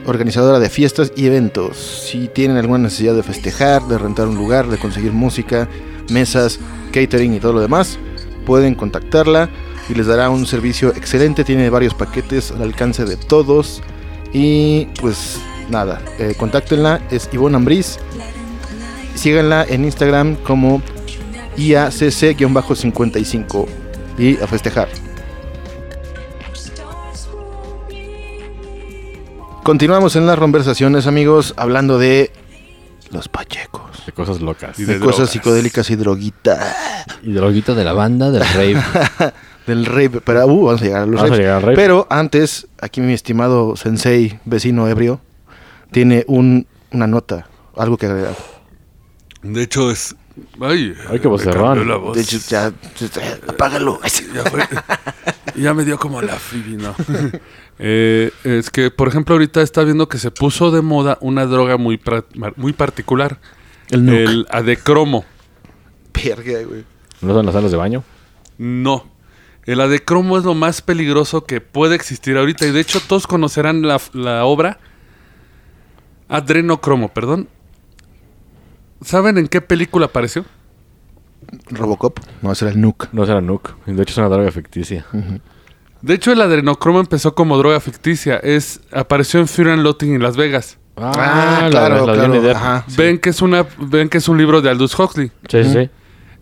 A: organizadora de fiestas y eventos. Si tienen alguna necesidad de festejar, de rentar un lugar, de conseguir música, mesas, catering y todo lo demás, pueden contactarla y les dará un servicio excelente. Tiene varios paquetes al alcance de todos. Y pues nada, eh, contáctenla, es Ivonne Ambriz. Síganla en Instagram como IACC-55 y a festejar. Continuamos en las conversaciones, amigos, hablando de los pachecos.
C: De cosas locas.
B: Y
A: De,
B: de
A: cosas
B: drogas.
A: psicodélicas y droguitas.
C: Y de loguito de la banda, del rave.
A: Del rape. Pero, uh, vamos a llegar a los
C: Vamos a
A: rapes.
C: llegar al rape.
A: Pero antes, aquí mi estimado sensei, vecino ebrio, tiene un, una nota, algo que agregar.
B: De hecho, es. Ay,
C: Ay, qué
B: me
C: vocerrón.
B: cambió la voz.
A: De hecho, ya, apágalo.
B: Ya, fue- ya me dio como la fribi, ¿no? Eh, es que, por ejemplo, ahorita está viendo que se puso de moda una droga muy, pra- muy particular.
A: El nuke.
B: El adecromo.
A: Verga, güey.
C: ¿No son las salas de baño?
B: No. El adecromo es lo más peligroso que puede existir ahorita. Y de hecho, todos conocerán la, la obra Adrenocromo, perdón. ¿Saben en qué película apareció?
A: Robocop. No, ese era el nuke.
C: No será Nuke. De hecho, es una droga ficticia.
B: De hecho, el adrenocromo empezó como droga ficticia. Es, apareció en Fear and Loathing en Las Vegas.
C: Ah, la- la- la Johnny Depp.
A: Ah, ajá, sí.
B: Ven, que es una, ven que es un libro de Aldous Huxley.
C: Sí, sí, sí.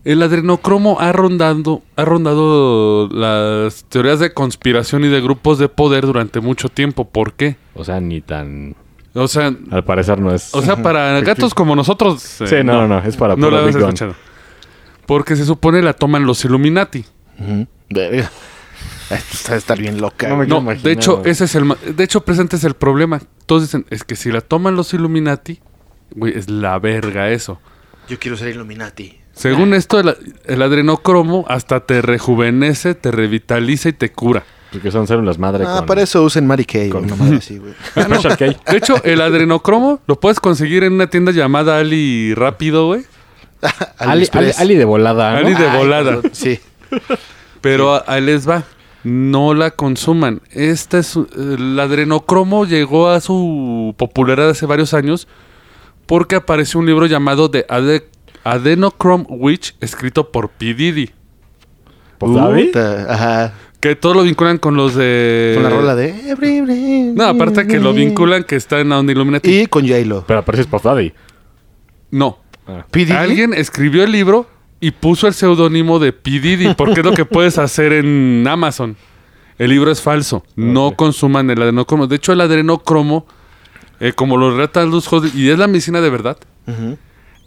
B: El adrenocromo ha, rondando, ha rondado las teorías de conspiración y de grupos de poder durante mucho tiempo. ¿Por qué?
C: O sea, ni tan...
B: O sea,
C: Al parecer no es...
B: o sea para gatos como nosotros... eh,
C: sí, no, no, no. Es para...
B: No
C: puro
B: la habías
C: Big Gun.
B: escuchado. Porque se supone la toman los Illuminati.
A: Ujú. Verga. Esto debe estar bien loca.
C: No
A: güey.
C: me quiero
B: No,
C: imaginar,
B: de hecho,
C: güey.
B: ese es el ma- de hecho presente es el problema. Todos dicen, es que si la toman los Illuminati, güey, es la verga eso.
A: Yo quiero ser Illuminati.
B: Según esto, el, el adrenocromo hasta te rejuvenece, te revitaliza y te cura.
C: Porque son células madre
A: Ah,
C: con...
A: para eso Ah, usen Mary Kay. güey, una madre así, güey.
C: Special K.
B: De hecho, el adrenocromo lo puedes conseguir en una tienda llamada Ali Rápido, güey.
C: Ali, Ali,
A: AliExpress.
C: Ali de volada, ¿eh? ¿no?
B: Ali de
A: Ah, Ay,
B: volada.
A: Sí.
B: Pero a- ahí les va. No la consuman. Esta es eh, el adrenocromo llegó a su popularidad hace varios años porque apareció un libro llamado The Ade- Adenochrome Witch escrito por P. Diddy.
C: Pues, ¿David?
A: Puta, Ajá.
B: Que todos lo vinculan con los de...
A: Con la rola de... Every Breath.
B: Eh, No, aparte que lo vinculan que está en la onda Illuminati.
A: Y con J-Lo.
C: Pero apareces Puff Daddy. Ah.
B: No.
A: P. Diddy.
B: Alguien escribió el libro y puso el seudónimo de P. Diddy, porque es lo que puedes hacer en Amazon. El libro es falso. No
C: Ok.
B: consuman el adenocromo. De hecho, el adenocromo, eh, como lo relata Luz Huxley, y es la medicina de verdad,
A: Ujú.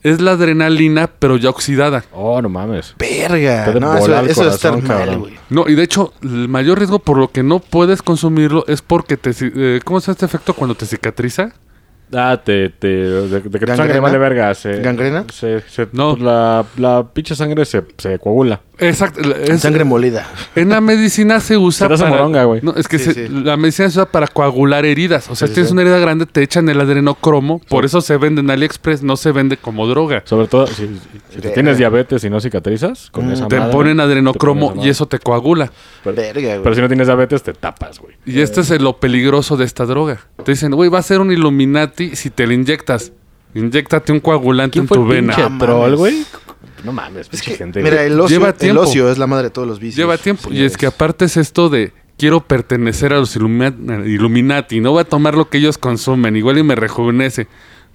B: es la adrenalina, pero ya oxidada.
C: Oh, no mames.
A: Verga.
C: Puede
A: No, eso,
C: volar el
A: eso debe estar
C: corazón,
A: mal,
C: cabrón.
A: güey.
B: No, y de hecho, el mayor riesgo por lo que no puedes consumirlo es porque te... ci- eh, ¿Cómo es este efecto cuando te cicatriza?
C: Ah, te... te de, de que tu
A: ¿Gangrena?
C: sangre vale verga. Se,
A: ¿Gangrena?
C: Se, se-
B: No.
C: pues, La, la pinche sangre se, se coagula.
B: Exacto. es-
A: Sangre molida.
B: En la medicina se usa
C: Se te hace moronga, güey.
B: No, es que
A: Sí,
B: se-
A: sí.
B: la medicina se usa para coagular heridas. O sea,
A: Sí, sí,
B: si tienes
A: sí.
B: una herida grande, te echan el adrenocromo. Por eso se vende en AliExpress, no se vende como droga.
C: Sobre todo si, si- si te tienes diabetes y no cicatrizas, con
A: Mm.
C: esa
B: Te
C: madre,
B: ponen
C: te
B: adrenocromo
C: ponen esa
B: y eso te coagula.
C: madre. Pero,
A: Verga,
C: pero
A: güey.
C: si no tienes diabetes, te tapas, güey.
B: Y este es el- lo peligroso de esta droga. Te dicen, güey, va a ser un Illuminati si te la inyectas. Inyéctate un coagulante en tu vena.
A: pinche troll, güey?
C: No mames,
A: Es
C: pinche
A: que,
C: gente.
A: mira,
C: güey.
A: el ocio,
B: Lleva
A: el
B: tiempo.
A: ocio es la madre de todos los vicios.
B: Lleva tiempo.
C: sí
B: y es que
C: es.
B: aparte es esto de quiero pertenecer a los Illumi- Illuminati, no voy a tomar lo que ellos consumen, igual y me rejuvenece.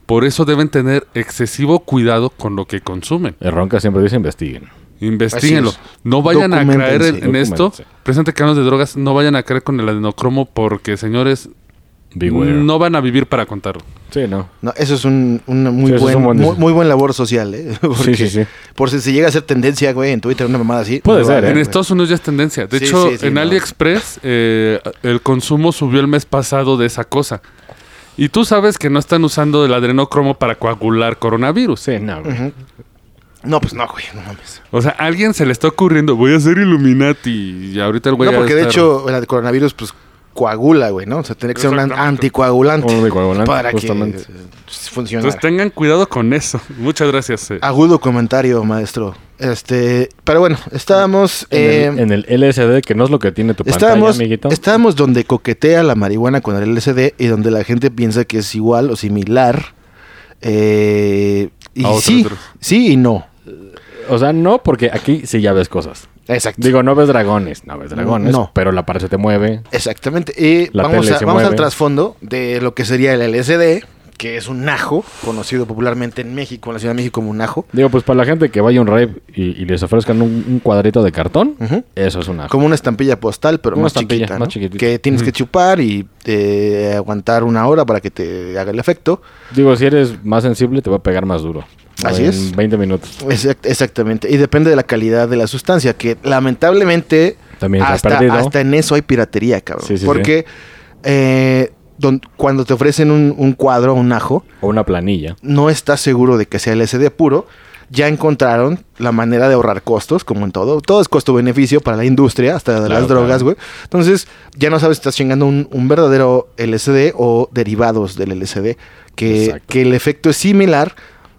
B: Por eso deben tener excesivo cuidado con lo que consumen.
C: El ronca siempre dice investiguen.
B: Investíguenlo.
A: Así es.
B: No vayan a caer en, en
C: Documentense.
B: esto.
C: Documentense.
B: Presente que hablamos de drogas, no vayan a caer con el adenocromo porque, señores,
C: Beware.
B: no van a vivir para contarlo.
C: Sí, no.
A: No, eso es un, una muy,
C: Sí, eso es
A: buen,
C: un buen
A: muy,
C: decisión.
A: muy buen labor social, ¿eh? Porque
C: sí, sí.
A: Por si se llega a hacer tendencia, güey, en Twitter, una mamada así.
C: Puede
A: no lo
C: ser, ¿eh?
A: hagan,
B: En
A: güey.
B: Estados Unidos ya es tendencia. De
A: Sí,
B: hecho,
A: sí, sí,
B: en
A: no.
B: AliExpress eh, el consumo subió el mes pasado de esa cosa. Y tú sabes que no están usando el adrenocromo para coagular coronavirus.
C: Sí, no, güey.
A: No, pues no, güey, no mames.
B: O sea, a alguien se le está ocurriendo, voy a ser Illuminati. Y ahorita el güey
A: no,
B: ha
A: porque de
B: estar-
A: hecho, la de coronavirus, pues coagula, güey, ¿no? O sea, tiene que ser un an-
B: Exactamente.
A: anticoagulante.
C: Un anticoagulante,
A: Para
C: justamente.
A: que eh, funcione.
B: Entonces tengan cuidado con eso. Muchas gracias. eh.
A: Agudo comentario, maestro. Este, pero bueno, estábamos... eh,
C: En, el, en el LSD, que no es lo que tiene tu
A: Estábamos,
C: pantalla, amiguito.
A: estábamos donde coquetea la marihuana con el LSD y donde la gente piensa que es igual o similar. Eh, y
B: A otros,
A: sí,
B: otros.
A: sí y no.
C: O sea, no, porque aquí sí ya ves cosas.
A: Exacto.
C: Digo, no ves dragones, no ves dragones,
A: Mm, No.
C: pero la pared se te mueve.
A: Exactamente. Y
C: La
A: vamos,
C: tele
A: a-
C: se
A: vamos al
C: mueve.
A: trasfondo de lo que sería el LSD, que es un ajo, conocido popularmente en México, en la Ciudad de México como un ajo.
C: Digo, pues para la gente que vaya a un rave y, y les ofrezcan un, un cuadrito de cartón,
A: Ujú.
C: eso es una...
A: Como una estampilla postal, pero
C: Una
A: más
C: estampilla,
A: chiquita.
C: más
A: ¿no?
C: chiquitita.
A: que tienes que chupar y eh, aguantar una hora para que te haga el efecto.
C: Digo, si eres más sensible, te va a pegar más duro.
A: Así
C: en
A: es.
C: 20 minutos.
A: Exact- exactamente. Y depende de la calidad de la sustancia, que lamentablemente
C: También se ha
A: hasta,
C: perdido.
A: hasta en eso hay piratería, cabrón.
C: Sí, sí,
A: Porque eh, don- cuando te ofrecen un, un cuadro, un ajo,
C: O una planilla.
A: no estás seguro de que sea LSD puro. Ya encontraron la manera de ahorrar costos, como en todo. Todo es costo-beneficio para la industria, hasta de
C: Claro,
A: las drogas,
C: claro.
A: güey. Entonces, ya no sabes si estás chingando un, un verdadero LSD o derivados del LSD. Que,
C: Exacto.
A: que el efecto es similar,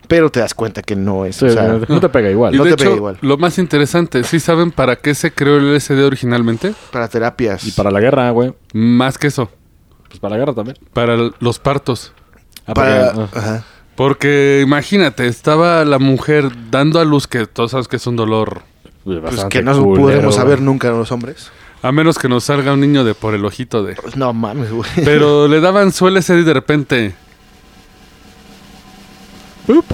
A: pero te das cuenta que no es.
C: Sí,
A: o sea,
C: no, no te pega igual.
B: Y
A: no
B: de
A: te pega
B: hecho,
A: igual.
B: lo más interesante, ¿sí saben para qué se creó el LSD originalmente?
A: Para terapias.
C: Y para la guerra, güey.
B: Más que eso,
C: Pues para la guerra también.
B: para l- los partos.
C: Ah,
A: Para-
C: porque- ah.
A: ajá.
B: Porque imagínate, estaba la mujer dando a luz, que todos sabes que es un dolor.
C: Pues
A: Pues
C: bastante
A: que no
C: culero,
A: podremos saber
C: güey.
A: nunca los hombres.
B: A menos que nos salga un niño de por el ojito de...
A: Pues no mames, güey.
B: Pero le daban su LSD y de repente...
C: Ups.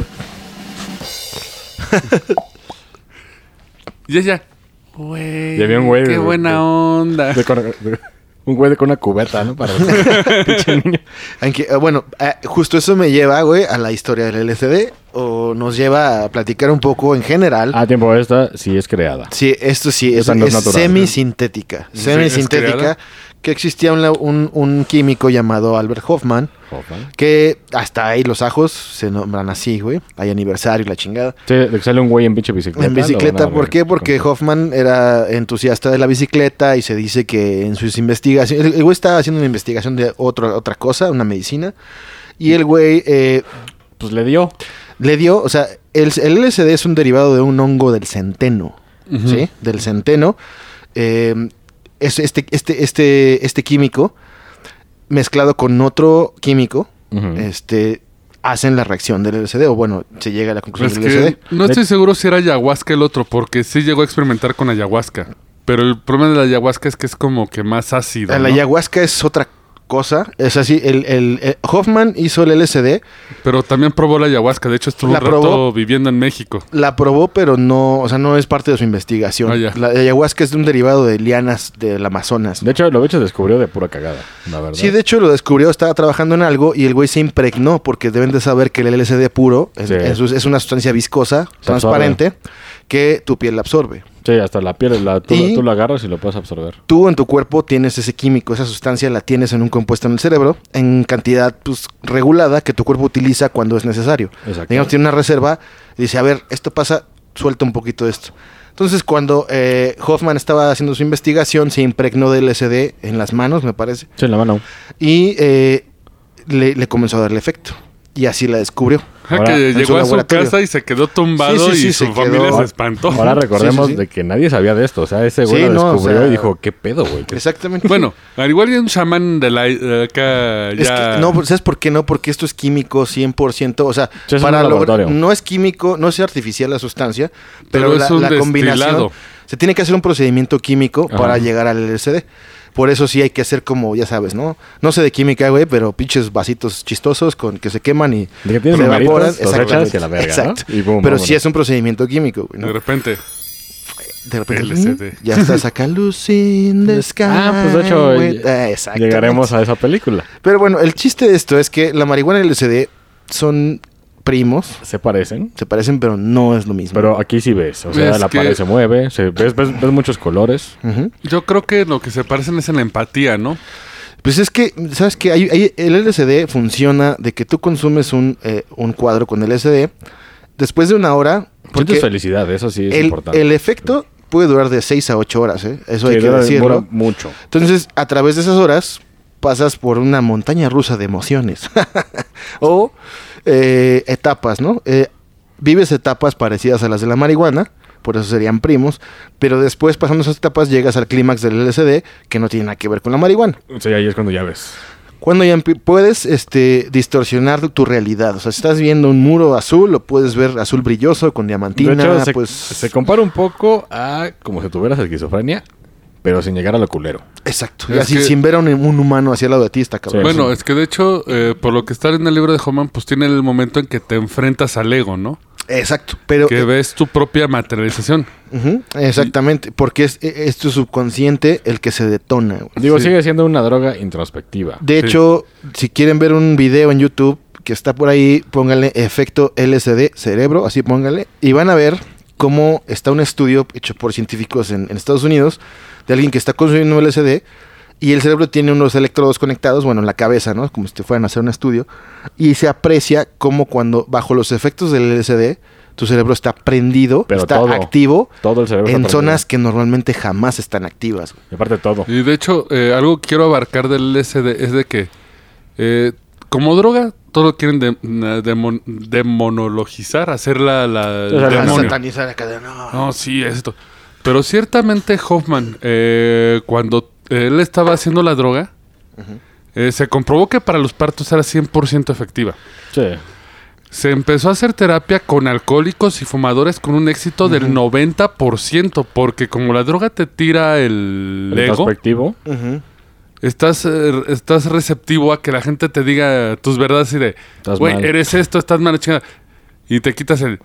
B: Y ella... Güey,
C: Y había un güey
B: qué
C: de-
B: buena
C: de-
B: onda.
C: De con- de- un güey de con una cubeta, ¿no? Para pinche niño.
A: Aunque, eh, bueno, eh, justo eso me lleva, güey, a la historia del LSD. O nos lleva a platicar un poco en general.
C: A tiempo esta sí es creada.
A: Sí, esto sí,
C: Ah. Esa
A: es,
C: no es
A: es
C: natural.
A: semisintética.
B: Sí, es
A: Semisintética.
B: creada.
A: que existía un, la- un- un químico llamado Albert Hoffman.
C: Opa.
A: Que hasta ahí los ajos se nombran así, güey. Hay aniversario y la chingada.
C: Sí, de que sale un güey en pinche bicicleta.
A: En bicicleta,
C: lo van a
A: ¿por qué?
C: ver.
A: Porque Hoffman era entusiasta de la bicicleta y se dice que en sus investigaciones, el- el güey estaba haciendo una investigación de otra otra cosa, una medicina, y el güey eh,
C: Pues le dio.
A: le dio, o sea, el, el LSD es un derivado de un hongo del centeno,
B: Ujú.
A: ¿sí? Del centeno. Eh, es este, este, este, este químico mezclado con otro químico,
C: Ujú.
A: este, hacen la reacción del LSD, o bueno, se llega a la conclusión
B: Es
A: del LSD.
B: que no estoy seguro si era ayahuasca el otro, porque sí llegó a experimentar con ayahuasca. Pero el problema de la ayahuasca es que es como que más ácido.
A: La
B: ¿no?
A: ayahuasca es otra cosa. Es así, el, el- eh, Hoffman hizo el LSD,
B: Pero también probó la ayahuasca. De hecho, estuvo
A: ¿La
B: un rato
A: probó?
B: viviendo en México.
A: la probó, pero no, o sea, no es parte de su investigación.
B: Ah, ya.
A: La ayahuasca es de un derivado de lianas del Amazonas.
C: De hecho, lo hecho descubrió de pura cagada, la verdad.
A: Sí, de hecho lo descubrió, estaba trabajando en algo y el güey se impregnó porque deben de saber que el LSD puro es,
C: Sí.
A: es- es una sustancia viscosa,
C: Se
A: transparente, que tu piel la absorbe.
C: Sí, hasta la piel, la, tú,
A: Y-
C: tú la agarras y lo puedes absorber.
A: Tú en tu cuerpo tienes ese químico, esa sustancia la tienes en un compuesto en el cerebro, en cantidad pues, regulada que tu cuerpo utiliza cuando es necesario.
C: Exacto.
A: Digamos, tiene una reserva y dice, a ver, esto pasa, suelta un poquito de esto. Entonces, cuando eh, Hoffman estaba haciendo su investigación, se impregnó del LSD en las manos, me parece,
C: Sí, en la mano.
A: y eh, le, le comenzó a darle efecto. Y así la descubrió.
B: Ja,
C: Ahora,
B: que
A: en
B: llegó
A: su
B: a su
A: laboratorio.
B: casa y se quedó tumbado
A: Sí, sí, sí,
B: y
A: se
B: su familia
A: quedó-
B: se espantó.
C: Ahora recordemos
A: Sí, sí, sí.
C: de que nadie sabía de esto. O sea, ese güey
A: Sí,
C: lo
A: no, o
C: descubrió
A: sea-
C: y dijo, ¿qué pedo, güey? ¿Qué-
A: Exactamente.
B: Bueno, al igual que un chamán de la de acá
A: Es
B: ya.
A: que, no, pues, ¿sabes por qué no? Porque esto es químico 100%, o sea,
C: Sí, es
A: para
C: un
A: lograr-
C: laboratorio.
A: no es químico, no es artificial la sustancia, pero,
B: Pero es
A: la,
B: un
A: la combinación
B: destilado.
A: se tiene que hacer un procedimiento químico
C: Ajá.
A: para llegar al LSD. Por eso sí hay que hacer como, ya sabes, ¿no? No sé de química, güey, pero pinches vasitos chistosos con que se queman y
C: De que tienes
A: se
C: numeritos,
A: evaporan.
C: los echas y a la verga, ¿no?
A: Exacto.
C: Y boom,
A: pero
C: vámonos.
A: sí es un procedimiento químico, güey, ¿no?
B: De repente.
A: De repente,
B: LSD.
A: mm, ya estás acá, luz in the sky.
C: Ah, pues de hecho,
A: with-
C: ll-
A: Ah, exactamente.
C: Llegaremos a esa película.
A: Pero bueno, el chiste de esto es que la marihuana y el LSD son primos,
C: Se parecen.
A: se parecen, pero no es lo mismo.
C: Pero aquí sí ves. O sea,
B: Es
C: la
B: que-
C: pared se mueve. se- ves, ves- ves muchos colores.
A: Ujú.
B: Yo creo que lo que se parecen es en la empatía, ¿no?
A: Pues es que, ¿sabes qué? Hay- hay- el LSD funciona de que tú consumes un, eh, un cuadro con LSD, después de una hora,
C: Sientes
A: porque
C: felicidad, eso sí es
A: el,
C: importante.
A: el efecto puede durar de 6 a 8 horas, ¿eh? eso hay
C: Sí,
A: que
C: dura-
A: decirlo.
C: dura mucho.
A: Entonces, a través de esas horas, pasas por una montaña rusa de emociones. o eh, etapas, ¿no? Eh, vives etapas parecidas a las de la marihuana, por eso serían primos, pero después, pasando esas etapas, llegas al clímax del LSD, que no tiene nada que ver con la marihuana.
C: O sea, ahí es cuando ya ves.
A: Cuando ya empi- puedes este, distorsionar tu realidad. O sea, si estás viendo un muro azul, lo puedes ver azul brilloso con diamantina.
C: de hecho, se,
A: pues,
C: se compara un poco a como si tuvieras esquizofrenia, pero sin llegar a lo culero.
A: Exacto.
B: Es
A: Y así,
B: que-
A: sin ver a un, un humano hacia el lado de ti, está cabrón.
B: Bueno, es que de hecho, eh, por lo que está en el libro de Homan, pues tiene el momento en que te enfrentas al ego, ¿no?
A: Exacto. Pero eh,
B: Que ves tu propia materialización.
A: Ujú, exactamente, porque es, e, es tu subconsciente el que se detona. güey.
C: Digo,
B: Sí.
C: sigue siendo una droga introspectiva.
A: De
B: Sí.
A: hecho, si quieren ver un video en YouTube que está por ahí, pónganle efecto LSD cerebro, así pónganle, y van a ver cómo está un estudio hecho por científicos en, en Estados Unidos de alguien que está consumiendo LSD y el cerebro tiene unos electrodos conectados, bueno, en la cabeza, ¿no? Como si te fueran a hacer un estudio, y se aprecia cómo cuando bajo los efectos del LSD tu cerebro está prendido,
C: Pero
A: está
C: todo.
A: activo
C: Todo el cerebro. está
A: en
C: perdido.
A: zonas que normalmente jamás están activas. güey.
C: Y aparte todo.
B: Y de hecho, eh, algo que quiero abarcar del LSD es de que, eh, como droga, todo lo quieren de- na- demon- demonologizar, hacerla la. el
C: sea, la
B: demonio.
A: Satanizar acá de, no.
B: No, sí, esto. Pero ciertamente Hoffman, eh, cuando él estaba haciendo la droga, eh, se comprobó que para los partos era 100% efectiva.
C: Sí.
B: Se empezó a hacer terapia con alcohólicos y fumadores con un éxito del 90%, porque como la droga te tira el, ego,
C: Introspectivo.
A: Ujú.
B: estás, eh, estás receptivo a que la gente te diga tus verdades y de,
C: Estás
B: güey,
C: mal".
B: eres esto, estás mal, chingada. Y te quitas el...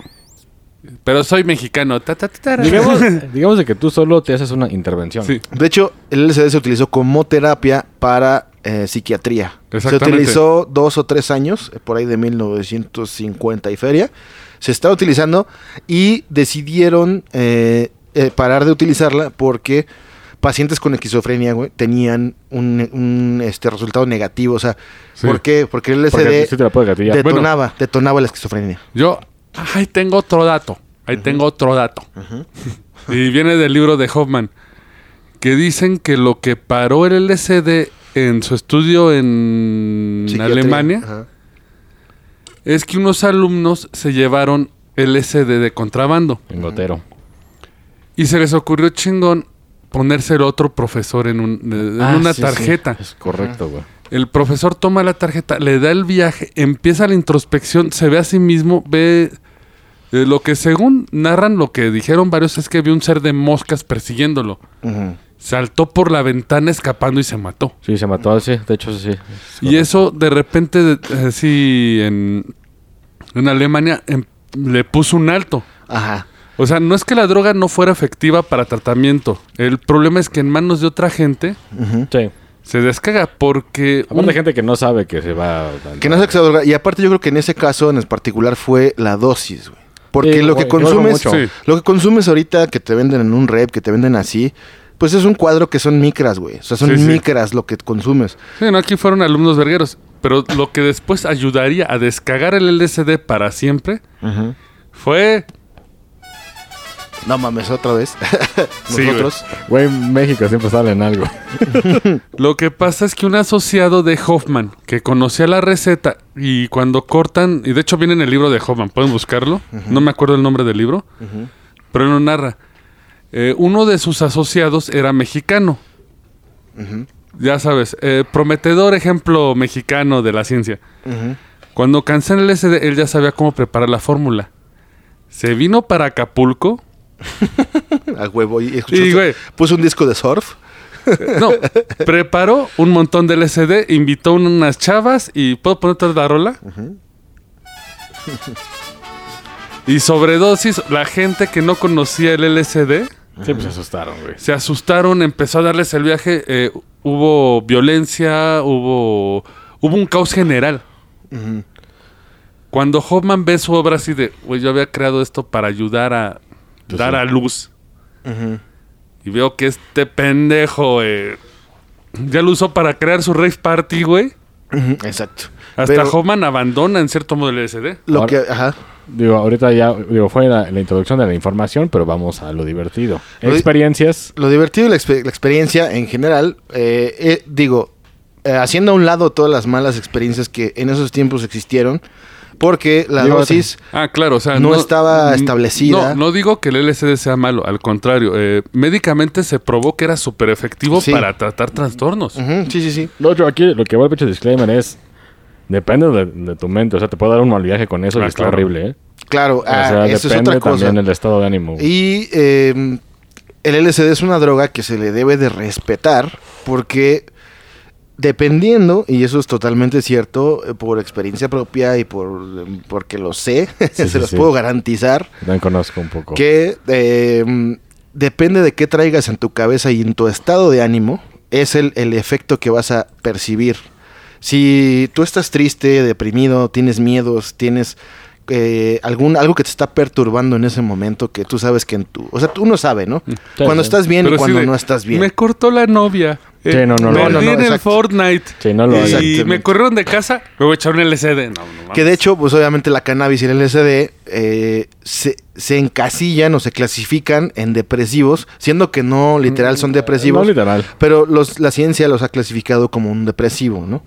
B: Pero soy mexicano. ta, ta, ta, ta.
C: digamos, digamos de que tú solo te haces una intervención.
B: Sí.
A: De hecho, el LSD se utilizó como terapia para eh, psiquiatría. Se
B: Exactamente.
A: utilizó dos o tres años, eh, por ahí de 1950 y feria. Se estaba utilizando y decidieron eh, eh, parar de utilizarla porque pacientes con esquizofrenia güey, tenían un, un, este, resultado negativo. O sea,
B: Sí.
A: ¿por qué? Porque el LSD
C: Porque sí te la puedes gatillar.
B: Bueno.
A: detonaba, detonaba la esquizofrenia.
B: Yo, ay, tengo otro dato. Ahí tengo otro dato. Y viene del libro de Hoffman, que dicen que lo que paró el LSD en su estudio en
A: Psiquiatría.
B: Alemania
A: Ajá.
B: es que unos alumnos se llevaron LSD de contrabando
C: En gotero.
B: y se les ocurrió chingón ponérselo a otro profesor en, un- en
C: Ah,
B: una
C: sí, sí.
B: tarjeta.
C: Es correcto, güey.
B: El profesor toma la tarjeta, le da el viaje, empieza la introspección, se ve a sí mismo, ve eh, lo que según narran, lo que dijeron varios es que vio un ser de moscas persiguiéndolo.
A: Ujú.
B: Saltó por la ventana escapando y se mató.
C: Sí, se mató así. De hecho, sí. Es
B: Y eso de repente, de- así en, en Alemania, em- le puso un alto.
A: Ajá.
B: O sea, no es que la droga no fuera efectiva para tratamiento. El problema es que en manos de otra gente
A: Ujú.
C: correcto. Sí.
B: se descarga porque...
C: Aparte,
B: un-
C: hay gente que no sabe que se va. a-
A: Que no se exadroga. Y aparte yo creo que en ese caso en particular fue la dosis, güey. Porque
C: Sí,
A: lo que
C: güey, yo lo
A: consumes,
C: mucho.
B: Sí.
A: lo que consumes ahorita que te venden en un rep, que te venden así, pues es un cuadro que son micras, güey. O sea, son
B: Sí, sí.
A: micras lo que consumes.
B: Sí, no, aquí fueron alumnos vergueros. Pero lo que después ayudaría a descagar el LSD para siempre fue.
A: No mames, otra vez.
B: Sí,
A: Nosotros.
C: Güey, México siempre sale en algo.
B: Lo que pasa es que un asociado de Hoffman que conocía la receta y cuando cortan, y de hecho viene en el libro de Hoffman, pueden buscarlo. No me acuerdo el nombre del libro, pero él lo narra. Eh, uno de sus asociados era mexicano. Ya sabes, eh, prometedor ejemplo mexicano de la ciencia.
A: Ujú.
B: Cuando cancela el SD, él ya sabía cómo preparar la fórmula. Se vino para Acapulco.
A: A huevo. Y,
B: Y,
A: escuchaste-
B: güey.
A: Puso un disco de surf.
B: eh, No, preparó un montón de LSD, invitó unas chavas y ¿puedo poner otra la rola? Y sobredosis, la gente que no conocía el LSD
C: Siempre se pues asustaron, güey.
B: se asustaron, empezó a darles el viaje, eh, hubo violencia, hubo hubo un caos general. Cuando Hoffman ve su obra así de, güey, yo había creado esto para ayudar a
C: Yo
B: dar
C: sé.
B: a luz. Y veo que este pendejo eh, ya lo usó para crear su rave party, güey.
A: Ujú, Exacto.
B: Hasta
A: Pero
B: Hoffman abandona en cierto modo el LSD.
A: Lo
C: Ahora-
A: que, ajá.
C: Digo, ahorita ya, digo, fue la, la introducción de la información, pero vamos a lo divertido.
A: Lo di-
C: Experiencias.
A: Lo divertido y la, expe- la experiencia en general, eh, eh, digo, eh, haciendo a un lado todas las malas experiencias que en esos tiempos existieron, porque la
C: Digo,
A: dosis...
B: Ah, claro, o sea,
A: No estaba
B: mm,
A: establecida.
B: No, no digo que el LSD sea malo, al contrario, eh, médicamente se probó que era súper efectivo
A: Sí.
B: para tratar trastornos.
A: Ujú, sí, sí, sí.
C: Lo otro aquí, lo que va el pecho disclaimer es. Depende de, de tu mente. O sea, te puede dar un mal viaje con eso y
B: Ah,
C: está
B: claro.
C: horrible, ¿eh?
A: Claro, ah,
C: o sea,
A: eso es
C: depende
A: otra cosa.
C: también del estado de ánimo. güey.
A: Y eh, el LSD es una droga que se le debe de respetar porque dependiendo, y eso es totalmente cierto, eh, por experiencia propia y por em, porque lo sé, se
C: sí,
A: los
C: sí.
A: puedo garantizar,
C: También conozco un poco.
A: que eh, depende de qué traigas en tu cabeza y en tu estado de ánimo, es el, el efecto que vas a percibir. Si tú estás triste, deprimido, tienes miedos, tienes eh, algún, algo que te está perturbando en ese momento que tú sabes que en tu... O sea, tú no sabe, ¿no? cuando
C: sí.
A: estás bien
B: Pero
A: y
B: sí
A: cuando
B: de,
A: no estás bien.
B: Me cortó la novia. eh,
C: Sí, no, no, no,
B: perdí
C: no, no,
B: en el
A: exacto.
B: Fortnite.
C: Sí, no lo hagas.
B: y
A: Exactamente.
B: me corrieron de casa, me voy a echar un LSD. No, no, mames.
A: Que de hecho, pues obviamente la cannabis y el LSD eh, se, se encasillan o se clasifican en depresivos, siendo que no
B: Mm,
A: literal son depresivos.
C: No literal.
A: Pero los- la ciencia los ha clasificado como un depresivo, ¿no?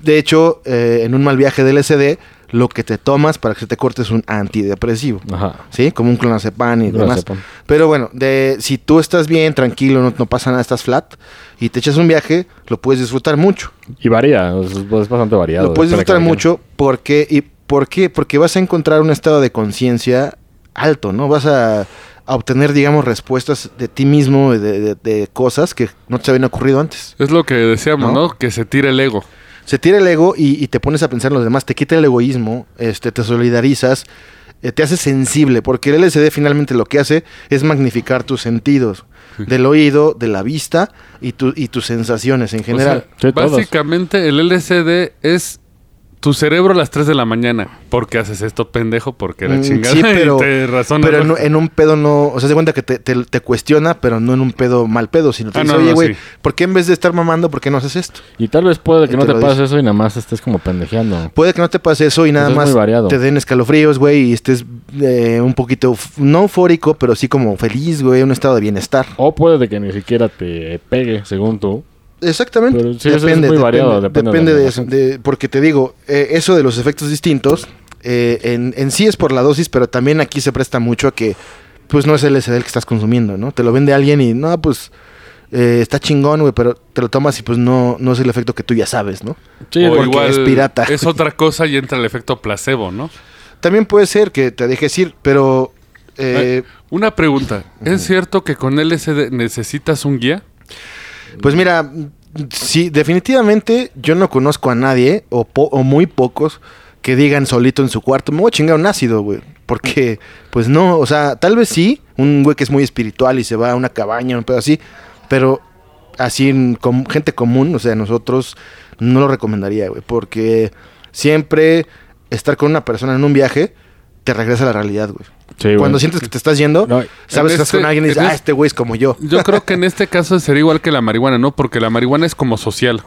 A: De hecho, eh, en un mal viaje del LSD, lo que te tomas para que se te corte es un antidepresivo.
C: Ajá.
A: ¿Sí? Como un clonazepam y demás.
C: Clonazepam.
A: Pero bueno, de, si tú estás bien, tranquilo, no, no pasa nada, estás flat y te echas un viaje, lo puedes disfrutar mucho.
C: Y varía. Es, es bastante variado.
A: Lo puedes
C: depende de
A: disfrutar
C: cada quien.
A: mucho porque y por qué? Porque vas a encontrar un estado de conciencia alto, ¿no? Vas a, a obtener, digamos, respuestas de ti mismo, de, de- de cosas que no te habían ocurrido antes.
B: Es lo que decíamos,
A: ¿No?
B: ¿no? Que se tire el ego.
A: Se tira el ego y, y te pones a pensar en los demás, te quita el egoísmo, este, te solidarizas, eh, te hace sensible, porque el LSD finalmente lo que hace es magnificar tus sentidos, del oído, de la vista y, tu- y tus sensaciones en
B: O
A: general.
B: sea,
C: Sí, todos.
B: básicamente el LSD es tu cerebro a las 3 de la mañana. ¿Por qué haces esto, pendejo? Porque la
A: Mm,
B: chingada
A: sí, pero-
B: y te razona.
A: Pero en, un- en un pedo no. O sea, se cuenta que te, te- te cuestiona, pero no en un pedo mal pedo, sino te
B: Ah,
A: dice,
B: no,
A: oye,
B: no,
A: güey,
B: sí.
A: ¿por qué en vez de estar mamando, por qué no haces esto?
C: Y tal vez puede que
A: Y
C: no
A: te
C: te
A: lo
C: pases
A: dice.
C: eso y nada más estés como pendejeando.
A: Puede que no te pase eso y nada
C: Eso Pues es
A: más
C: muy variado.
A: te den escalofríos, güey, y estés eh, un poquito, euf- no eufórico, pero sí como feliz, güey, un estado de bienestar.
C: O puede que ni siquiera te pegue, según tú.
A: Exactamente.
C: Pero sí, eso es muy variado, depende de la
A: de, eso.
C: persona.
A: de- porque te digo, eh, eso de los efectos distintos, eh, en, en sí es por la dosis, pero también aquí se presta mucho a que, pues no es el SD el que estás consumiendo, ¿no? Te lo vende alguien y, no, pues eh, está chingón, güey, pero te lo tomas y pues no, no es el efecto que tú ya sabes, ¿no?
C: Sí,
B: O
A: porque
B: igual
A: es pirata.
B: Es otra cosa y entra el efecto placebo, ¿no?
A: También puede ser que te dejes ir, pero... eh,
B: Una pregunta. ¿Es cierto que con LSD necesitas un guía?
A: Pues mira, sí, definitivamente yo no conozco a nadie, o, po- o muy pocos, que digan solito en su cuarto, me voy a chingar un ácido, güey. Porque, pues no, o sea, tal vez sí, un güey que es muy espiritual y se va a una cabaña, un pedo así, pero así, en com- gente común, o sea, nosotros no lo recomendaría, güey, porque siempre estar con una persona en un viaje te regresa a la realidad, güey.
C: Sí,
A: Cuando
C: güey.
A: sientes que te estás yendo,
C: No,
A: sabes
B: en
A: que estás
B: este-
A: con alguien y dices,
B: en
A: ah,
B: este-
A: este güey es como yo.
B: Yo creo que en este caso sería igual que la marihuana, ¿no? Porque la marihuana es como social.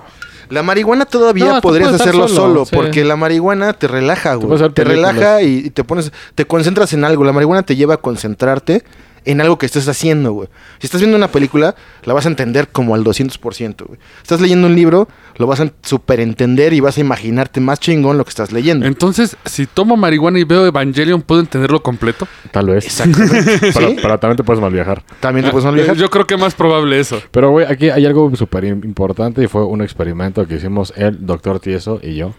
A: La marihuana todavía
C: No, tú
A: podrías
C: puedes estar
A: hacerlo
C: solo,
A: solo,
C: sí.
A: porque la marihuana te relaja, güey.
C: puedes ver
A: Te
C: películas.
A: relaja y, y te pones, te concentras en algo. La marihuana te lleva a concentrarte en algo que estés haciendo, güey. Si estás viendo una película, la vas a entender como al 200%, güey. Estás leyendo un libro, lo vas a superentender y vas a imaginarte más chingón lo que estás leyendo.
B: Entonces, si tomo marihuana y veo Evangelion, ¿puedo entenderlo completo?
C: Tal vez.
A: Exactamente.
C: Pero,
A: ¿Sí?
C: pero también te puedes mal viajar.
A: También te puedes pues, no
B: Eh, Yo creo que más probable eso.
C: Pero, güey, aquí hay algo súper im- importante y fue un experimento que hicimos el doctor Tieso y yo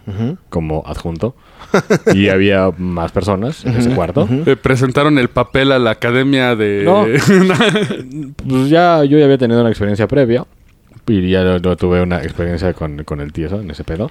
C: como adjunto. y había más personas en ese cuarto.
B: Eh, presentaron el papel a la academia de...
C: No. Pues ya yo ya había tenido una experiencia previa. Y ya lo, lo tuve una experiencia con, con el Tieso en ese pedo.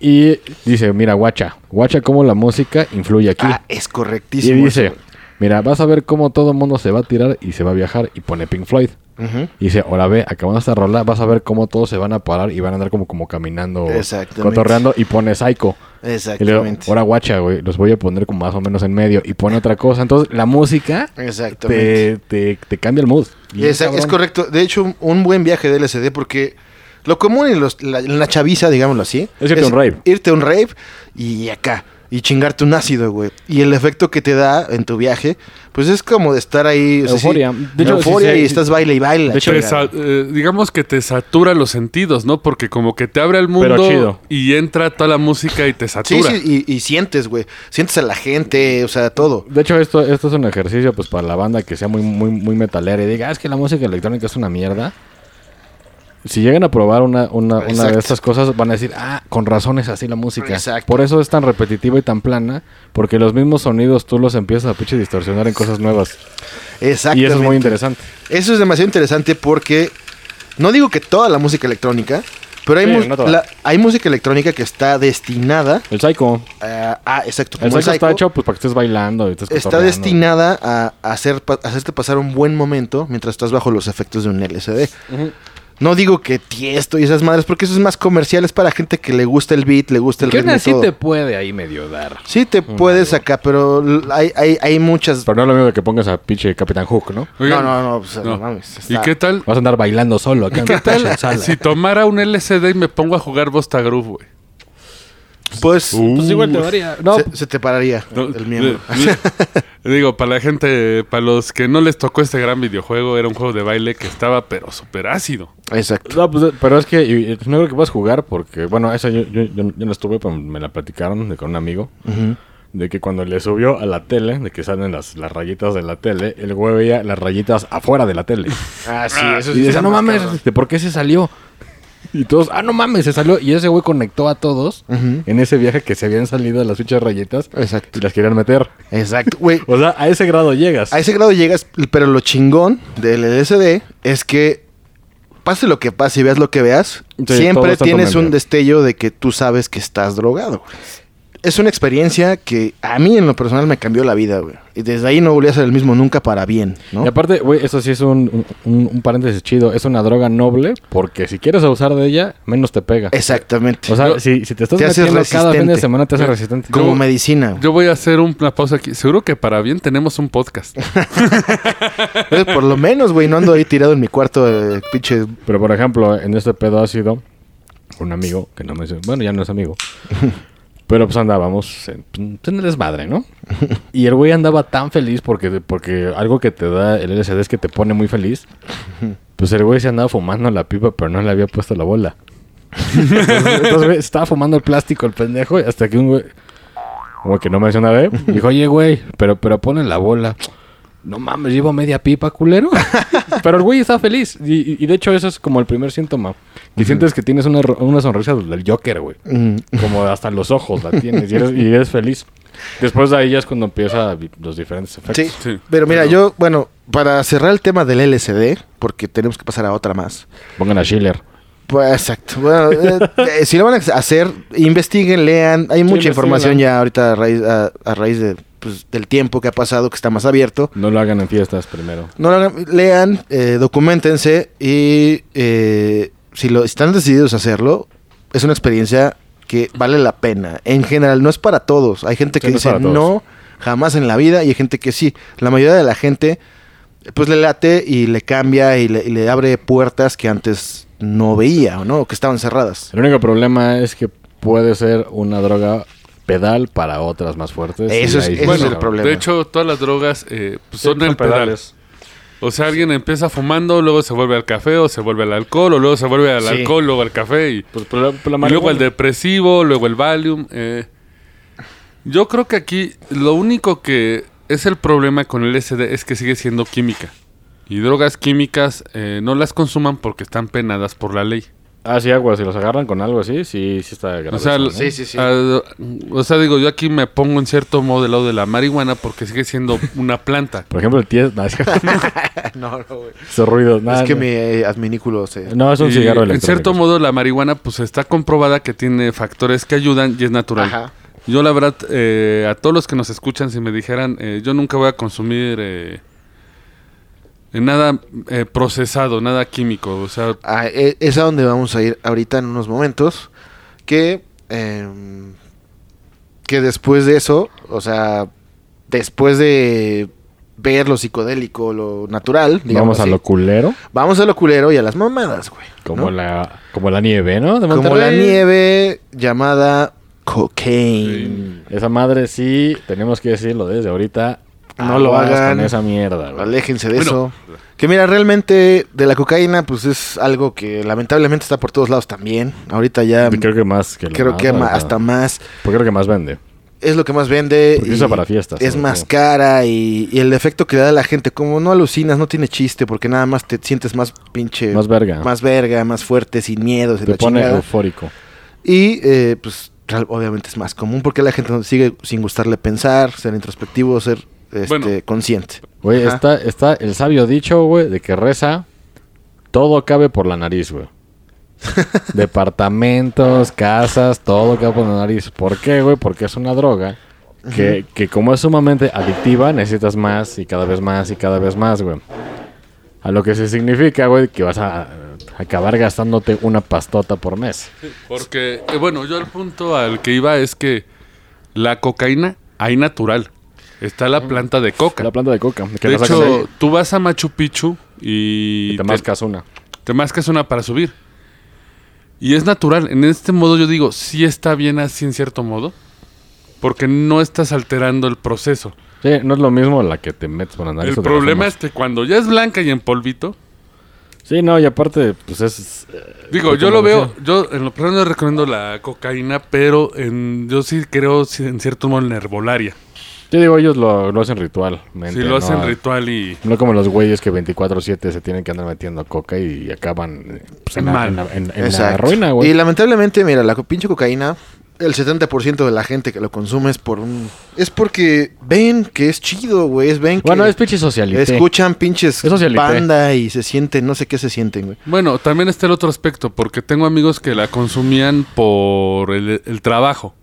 C: Y dice, mira, guacha. Guacha cómo la música influye aquí.
A: Ah, es
C: y
A: correctísimo.
C: dice,
A: eso,
C: mira, vas a ver cómo todo el mundo se va a tirar y se va a viajar. Y pone Pink Floyd.
A: güey. Ujú.
C: Y dice, ahora ve, acabando esta rola, vas a ver cómo todos se van a parar y van a andar como, como caminando,
A: Exactamente.
C: cotorreando y pone Psycho. Y le digo,
A: Exactamente.
C: ahora guacha, güey, los voy a poner como más o menos en medio y pone otra cosa. Entonces, la música
A: Exactamente.
C: te, te, te cambia el mood. Bien
A: Esa- es
C: cabrón.
A: correcto. De hecho, un, un buen viaje de LSD porque lo común en, los- la, en la chaviza, digámoslo así,
C: Es irte a un rave.
A: Irte a un rave y acá. y chingarte un ácido, güey. Y el efecto que te da en tu viaje, pues es como de estar ahí. o sea, sí,
C: Euforia. De hecho,
A: euforia
C: sí,
A: y
C: sí, sí.
A: estás baile y baila.
C: De hecho,
A: chingada.
B: Te sa- eh, digamos que te satura los sentidos, ¿no? Porque como que te abre al mundo
C: chido.
B: y entra toda la música y te
A: sí,
B: satura.
A: sí, y, y sientes, güey. Sientes a la gente, o sea, todo.
C: De hecho, esto, esto es un ejercicio pues para la banda que sea muy, muy, muy metalera y diga, "Ah, es que la música electrónica es una mierda. Si llegan a probar una, una, una
A: Exacto.
C: de estas cosas, van a decir, ah, con razón es así la música.
A: Exacto.
C: Por eso es tan repetitiva y tan plana, porque los mismos sonidos tú los empiezas a pinche distorsionar en cosas nuevas.
A: Exactamente.
C: Y eso es muy interesante.
A: Eso es demasiado interesante porque no digo que toda la música electrónica, pero hay,
C: Sí,
A: mu-
C: no toda.
A: la- hay música electrónica que está destinada
C: El psycho.
A: a, ah, exacto,
C: El
A: como
C: psycho,
A: el
C: está
A: psycho,
C: hecho pues para que estés bailando y estés
A: está
C: cotorreando.
A: destinada a hacer pa- hacerte pasar un buen momento mientras estás bajo los efectos de un LSD. No digo que tiesto y esas madres, porque eso es más comercial, es para gente que le gusta el beat, le gusta el
C: Que aún
A: ritmo y
C: así
A: todo.
C: te Mm. puede ahí medio dar.
A: Sí te puedes acá, pero l- hay, hay, hay muchas...
C: Pero no es lo mismo que pongas a pinche Capitán Hook, ¿no?
B: Oigan,
A: no, no, no, pues, no
B: no.
A: mames,
B: ¿Y
A: está-
B: qué tal?
C: Vas a andar bailando solo acá en
B: ¿Qué
C: la pinche
B: tal
C: sala.
B: si tomara un LCD y me pongo a jugar Bosta Groove, güey?
A: Pues,
C: Pues igual te varía. No,
A: se, se te pararía
B: No,
A: el miembro.
B: le- le- Digo, para la gente, para los que no les tocó este gran videojuego, era un juego de baile que estaba pero súper ácido.
A: Exacto.
C: No, pues, pero es que y- y no creo que puedas jugar porque, bueno, esa yo, yo, yo- yo no estuve, pero me la platicaron de, con un amigo. De que cuando le subió a la tele, de que salen las, las rayitas de la tele, el güey veía las rayitas afuera de la tele.
A: Ah, sí, eso
C: y
A: sí.
C: decía,
A: está
C: no
A: más
C: mames,
A: cabrón".
C: ¿de por qué se salió? Y todos, ah, no mames, se salió. Y ese güey conectó a todos
A: Ujú.
C: en ese viaje que se habían salido las fichas rayitas
A: Exacto.
C: y las querían meter.
A: Exacto, güey.
C: O sea, a ese grado llegas.
A: A ese grado llegas, pero lo chingón del LSD es que pase lo que pase y veas lo que veas,
C: Sí, todo
A: siempre
C: está
A: tienes un
C: tomando.
A: destello de que tú sabes que estás drogado. güey. Es una experiencia que a mí en lo personal me cambió la vida, güey. Y desde ahí no volví a ser el mismo nunca para bien, ¿no?
C: Y aparte, güey, eso sí es un, un- un paréntesis chido. Es una droga noble porque si quieres abusar de ella, menos te pega.
A: Exactamente.
C: O sea,
B: Yo-
C: si, si te estás
A: te haces
C: metiendo cada fin de
A: resistente.
C: semana te hace
B: Yo-
C: resistente.
A: como
B: yo-
A: medicina. güey.
B: Yo voy a hacer un- una pausa aquí. Seguro que para bien tenemos un podcast.
A: Entonces, Por lo menos, güey, no ando ahí tirado en mi cuarto de pinche...
C: Pero por ejemplo, en este pedo ácido, un amigo que no me dice, bueno, ya no es amigo. Pero pues andábamos en, pues, en el desmadre, ¿no? Y el güey andaba tan feliz porque, porque algo que te da el LSD es que te pone muy feliz. Pues el güey se andaba fumando la pipa, pero no le había puesto la bola. Entonces, entonces, güey, estaba fumando el plástico el pendejo y hasta que un güey, como que no mencionaba, ¿eh? dijo, oye, güey, pero, pero ponle la bola. No mames, llevo media pipa, culero. Pero el güey está feliz. Y, y- y de hecho, eso es como el primer síntoma. Y sientes que tienes una, ro- una sonrisa del Joker, güey.
A: Mm,
C: Como hasta los ojos la tienes y eres, y eres feliz. Después de ahí ya es cuando empieza vi- los diferentes efectos.
A: Sí.
B: Sí.
A: Pero mira, yo, bueno, para cerrar el tema del LSD, porque tenemos que pasar a otra más.
C: Pongan a Schiller.
A: Pues exacto. Bueno, eh, eh, si lo van a hacer, investiguen, lean. Hay mucha
C: investiguen,
A: información
C: lean.
A: ya ahorita a raíz, a, a raíz de, pues, del tiempo que ha pasado, que está más abierto.
C: No lo hagan en fiestas primero.
A: No lo hagan- lean, eh, documentense y eh, si lo están decididos a hacerlo, es una experiencia que vale la pena. En general, no es para todos. Hay gente
C: Sí,
A: que
C: no es
A: dice
C: para todos.
A: no, jamás en la vida, y hay gente que sí. La mayoría de la gente, pues le late y le cambia y le, y le abre puertas que antes no veía, ¿no? O que estaban cerradas.
C: El único problema es que puede ser una droga pedal para otras más fuertes.
A: Eso
C: Y
A: es- eso
C: ahí sí
A: es
C: se
A: el
C: acaba.
A: problema.
B: De hecho, todas las drogas eh, pues,
C: Sí,
B: son el pedal. O sea, alguien empieza fumando, luego se vuelve al café, o se vuelve al alcohol, o luego se vuelve al
A: Sí.
B: alcohol, luego al café, y,
C: Pues, por la- por la
B: y luego el
C: marihuana.
B: depresivo, luego el Valium. eh. Yo creo que aquí lo único que es el problema con el SD es que sigue siendo química. Y drogas químicas eh, no las consuman porque están penadas por la ley.
C: Ah, sí, agua. Si los agarran con algo así, sí, sí está grave.
B: O sea,
C: eso, ¿no?
A: sí, sí, sí.
B: ah, o sea, digo, yo aquí me pongo en cierto modo del lado de la marihuana porque sigue siendo una planta.
C: Por ejemplo, el tío... No, es que-
A: no, no, güey.
C: esos ruidos. nada,
A: es que
C: no.
A: mi eh, adminículo se...
C: No, es un
B: Y,
C: cigarro electrónico.
B: En cierto modo, la marihuana, pues está comprobada que tiene factores que ayudan y es natural.
A: Ajá.
B: Yo, la verdad, eh, a todos los que nos escuchan, si me dijeran, eh, yo nunca voy a consumir eh, nada eh, procesado, nada químico. O sea,
A: Ah, e- es a donde vamos a ir ahorita en unos momentos. Que, em, que después de eso, o sea, después de ver lo psicodélico, lo natural, digamos
C: Vamos a
A: así,
C: lo culero,
A: vamos a lo culero y a las mamadas, güey.
C: como,
A: ¿no?
C: la, como la nieve, ¿no? De
A: Como la
C: Monterrey.
A: nieve llamada Cocaine.
C: Mm. Esa madre sí, tenemos que decirlo desde ahorita.
A: No lo
C: Aguas
A: hagan.
C: Con esa mierda, güey.
A: Aléjense de
B: Bueno.
A: eso. Que mira, realmente de la cocaína, pues es algo que lamentablemente está por todos lados también. Ahorita ya
C: Creo que más que la
A: um, creo que
C: mala,
A: ma-
C: ¿no?
A: hasta más
C: Porque creo que más vende.
A: es lo que más vende.
C: Porque usa para fiestas,
A: Es
C: sobre
A: más
C: todo.
A: cara y, y el efecto que le da a la gente, como no alucinas, no tiene chiste, porque nada más te sientes más pinche.
C: Más verga.
A: Eh, Más verga, más fuerte, sin miedo. sin
C: Te
A: la
C: pone
A: chingada.
C: eufórico.
A: Y eh, pues real- obviamente es más común porque la gente no- sigue sin gustarle pensar, ser introspectivo, ser este,
B: Bueno.
A: consciente.
C: Güey,
A: Ajá.
C: está, está el sabio dicho, güey, de que reza, todo cabe por la nariz, güey. Departamentos, casas, todo cabe por la nariz. ¿Por qué, güey? Porque es una droga que, que como es sumamente adictiva, necesitas más y cada vez más y cada vez más, güey. A lo que se significa, güey, que vas a acabar gastándote una pastota por mes.
B: Porque, eh, bueno, yo el punto al que iba es que la cocaína hay natural. Está la planta de coca.
C: La planta de coca. Que
B: de
C: la sacas
B: hecho,
C: ahí
B: tú vas a Machu Picchu y,
C: y te mascas una.
B: te mascas una para subir. Y es natural. En este modo yo digo, sí está bien así en cierto modo. Porque no estás alterando el proceso.
C: Sí, no es lo mismo la que te metes por la nariz.
B: El
C: o te la
B: problema
C: fumas.
B: es que cuando ya es blanca y en polvito,
C: Sí, no, y aparte, pues es...
B: Digo,
C: Porque
B: yo lo
C: no lo
B: veo, yo en lo personal no recomiendo la cocaína, pero en, yo sí creo sí, en cierto modo en la herbolaria.
C: Yo digo, ellos lo, lo hacen ritual.
B: Si lo hacen ritual y...
C: No como los güeyes que 24-7 se tienen que andar metiendo coca y acaban eh, pues, en, la,
B: Mal.
C: en, la, en- en la
A: Exacto.
C: ruina, güey.
A: Y lamentablemente, mira, la co- pinche cocaína, el 70% de la gente que lo consume es por un... Es porque ven que es chido, güey. Es ven que
C: Bueno, es pinche socialité.
A: escuchan pinches
C: Es socialité.
A: banda y se sienten, no sé qué se sienten, güey.
B: Bueno, también está el otro aspecto, porque tengo amigos que la consumían por el, el trabajo.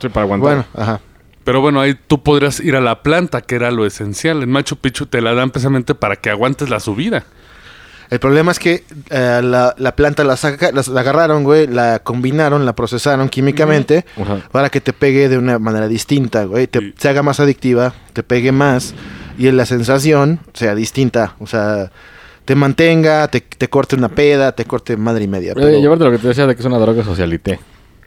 C: Sí, para aguantar.
A: Bueno, ajá.
B: Pero bueno, ahí tú podrías ir a la planta, que era lo esencial. En Machu Picchu te la dan precisamente para que aguantes la subida.
A: El problema es que eh, la, la planta la, saca, la, la agarraron, güey, la combinaron, la procesaron químicamente
C: Ajá.
A: para que te pegue de una manera distinta, güey. Te,
B: Sí.
A: Se haga más adictiva, te pegue más y la sensación sea distinta. O sea, te mantenga, te, te corte una peda, te corte madre y media.
C: Eh,
A: pero-
C: y aparte lo que te decía de que es una droga socialité.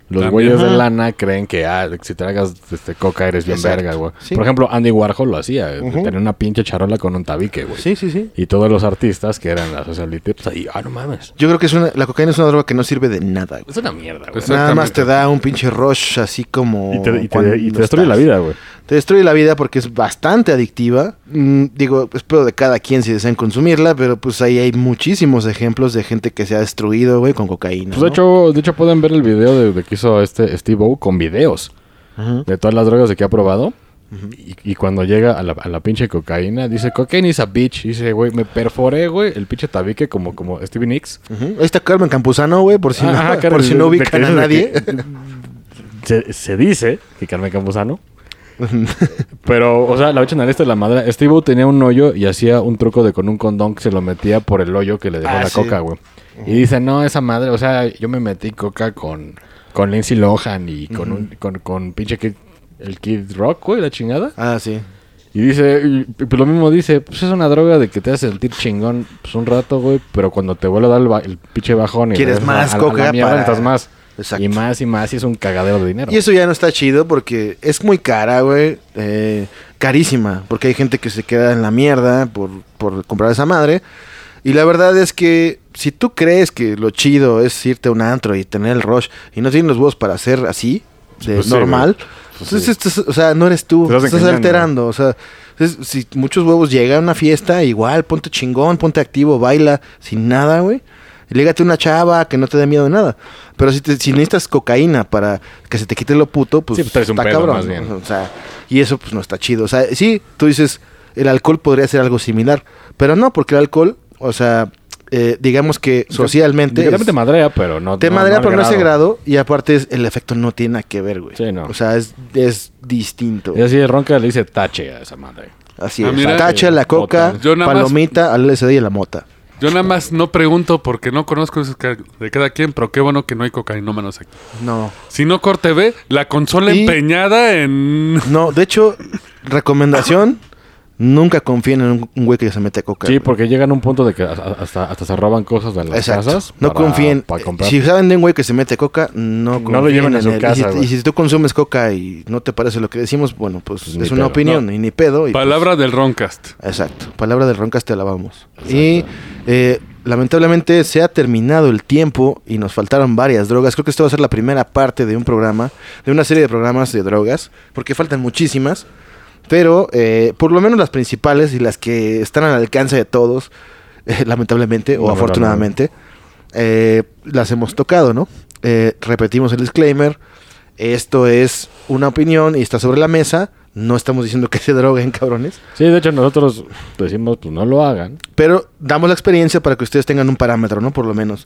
C: Los
B: También.
C: güeyes de
A: Ajá.
C: lana creen que ah, si te hagas este, coca eres bien
A: Exacto.
C: verga, güey.
A: Sí.
C: Por ejemplo, Andy Warhol lo hacía. eh,
A: Ujú.
C: Tenía una pinche charola con un tabique, güey.
A: Sí, sí, sí.
C: Y todos los artistas que eran la socialité, pues ahí, ah, no mames.
A: Yo creo que es una, la cocaína es una droga que no sirve de nada, güey.
C: Es una mierda, güey.
B: Es-
A: Nada más
B: Exactamente.
A: te da un pinche rush así como...
C: Y te, y te,
A: cuando
C: y te destruye la
A: estás-
C: vida, güey.
A: Te destruye la vida porque es bastante adictiva. Mm, digo, espero de cada quien si desean consumirla, pero pues ahí hay muchísimos ejemplos de gente que se ha destruido, güey, con cocaína.
C: Pues de
A: ¿no?
C: hecho, de hecho pueden ver el video de, de que hizo este Steve O con videos
A: Ajá.
C: de todas las drogas de que ha probado. y, y cuando llega a la, a la pinche cocaína, dice, cocaine is a bitch. Dice, güey, me perforé, güey, el pinche tabique como, como Stevie Nicks.
A: Ujú. Ahí está Carmen Campuzano, güey, por si
C: Ajá,
A: no,
C: Ah, Carmen,
A: por si no
C: de- de
A: ubican
C: que
A: a
C: dices
A: nadie.
C: de Se, se dice que Carmen Campuzano. Pero, o sea, la bicha nariz de la madre. Steve O tenía un hoyo y hacía un truco de con un condón que se lo metía por el hoyo que le dejó
A: Ah,
C: la
A: sí.
C: coca, güey. Y dice, no, esa madre, o sea, yo me metí coca con, con Lindsay Lohan y con, un, con, con pinche Kid, el Kid Rock, güey, la chingada.
A: Ah, sí.
C: Y dice, y, y pues lo mismo dice, pues es una droga de que te hace sentir chingón pues un rato, güey, pero cuando te vuelve a dar el, ba- el pinche bajón y
A: Quieres
C: regresas
A: más
C: a- a la
A: coca
C: mierda,
A: para-
C: necesitas más.
A: Exacto.
C: Y más y más y es un cagadero de dinero.
A: Y eso ya no está chido porque es muy cara, güey. eh, carísima. Porque hay gente que se queda en la mierda por, por comprar esa madre. Y la verdad es que si tú crees que lo chido es irte a un antro y tener el rush y no tienes los huevos para hacer así, de
C: Pues sí,
A: normal,
C: güey. Pues
A: entonces
C: sí.
A: estás- o sea, no eres tú,
C: Te
A: te
C: estás
A: estás
C: engañando.
A: alterando. O sea, es- si muchos huevos llegan a una fiesta, igual, ponte chingón, ponte activo, baila, sin nada, güey. Légate una chava que no te dé miedo de nada. Pero si, te- si necesitas cocaína para que se te quite lo puto, pues,
C: Sí, pues, traes un
A: está
C: pedo,
A: cabrón.
C: más
A: ¿no?
C: bien.
A: O sea, y eso pues no está chido. O sea, sí, tú dices, el alcohol podría ser algo similar, pero no, porque el alcohol, o sea, eh, digamos que socialmente...
C: Literalmente
A: es-
C: te madrea, pero no
A: te
C: no-
A: madrea,
C: al
A: pero no ese grado. Y aparte, es- el efecto no tiene nada que ver, güey.
C: Sí, no.
A: O sea, es, es distinto.
C: Y así de ronca le dice tache a esa madre.
A: Así
B: Ah,
A: es.
B: mira.
A: Tacha, la coca,
B: Otra. Yo nada más-
A: palomita, al LSD y la mota.
B: Yo nada más no pregunto porque no conozco eso que- de cada quien, pero qué bueno que no hay cocainómanos aquí.
A: No.
B: Si no, corte B, la consola
A: Y-
B: empeñada en...
A: No, de hecho, recomendación. Nunca confíen en un, un güey que se mete coca.
C: Sí,
A: güey.
C: porque llegan a un punto de que hasta, hasta, hasta se roban cosas de las
A: Exacto.
C: casas.
A: no
C: para-
A: confíen.
C: Para comprar.
A: si saben de un güey que se mete coca, no confíen.
C: lo lleven a su
A: en él.
C: casa,
A: Y si- Y,
C: güey.
A: si tú consumes coca y no te parece lo que decimos, bueno, pues
C: Ni
A: es una
C: pedo.
A: opinión y ni pedo. y
B: Palabra del Roncast.
A: pues- exacto. Palabra del Roncas te alabamos. Y eh, lamentablemente se ha terminado el tiempo y nos faltaron varias drogas. Creo que esta va a ser la primera parte de un programa, de una serie de programas de drogas, porque faltan muchísimas. Pero eh, por lo menos las principales y las que están al alcance de todos, eh, lamentablemente o
C: Lamentablemente.
A: afortunadamente, eh, las hemos tocado, ¿no? Eh, repetimos el disclaimer, esto es una opinión y está sobre la mesa, no estamos diciendo que se droguen, cabrones,
C: Sí, de hecho nosotros decimos, pues no lo hagan.
A: pero damos la experiencia para que ustedes tengan un parámetro, ¿no? Por lo menos,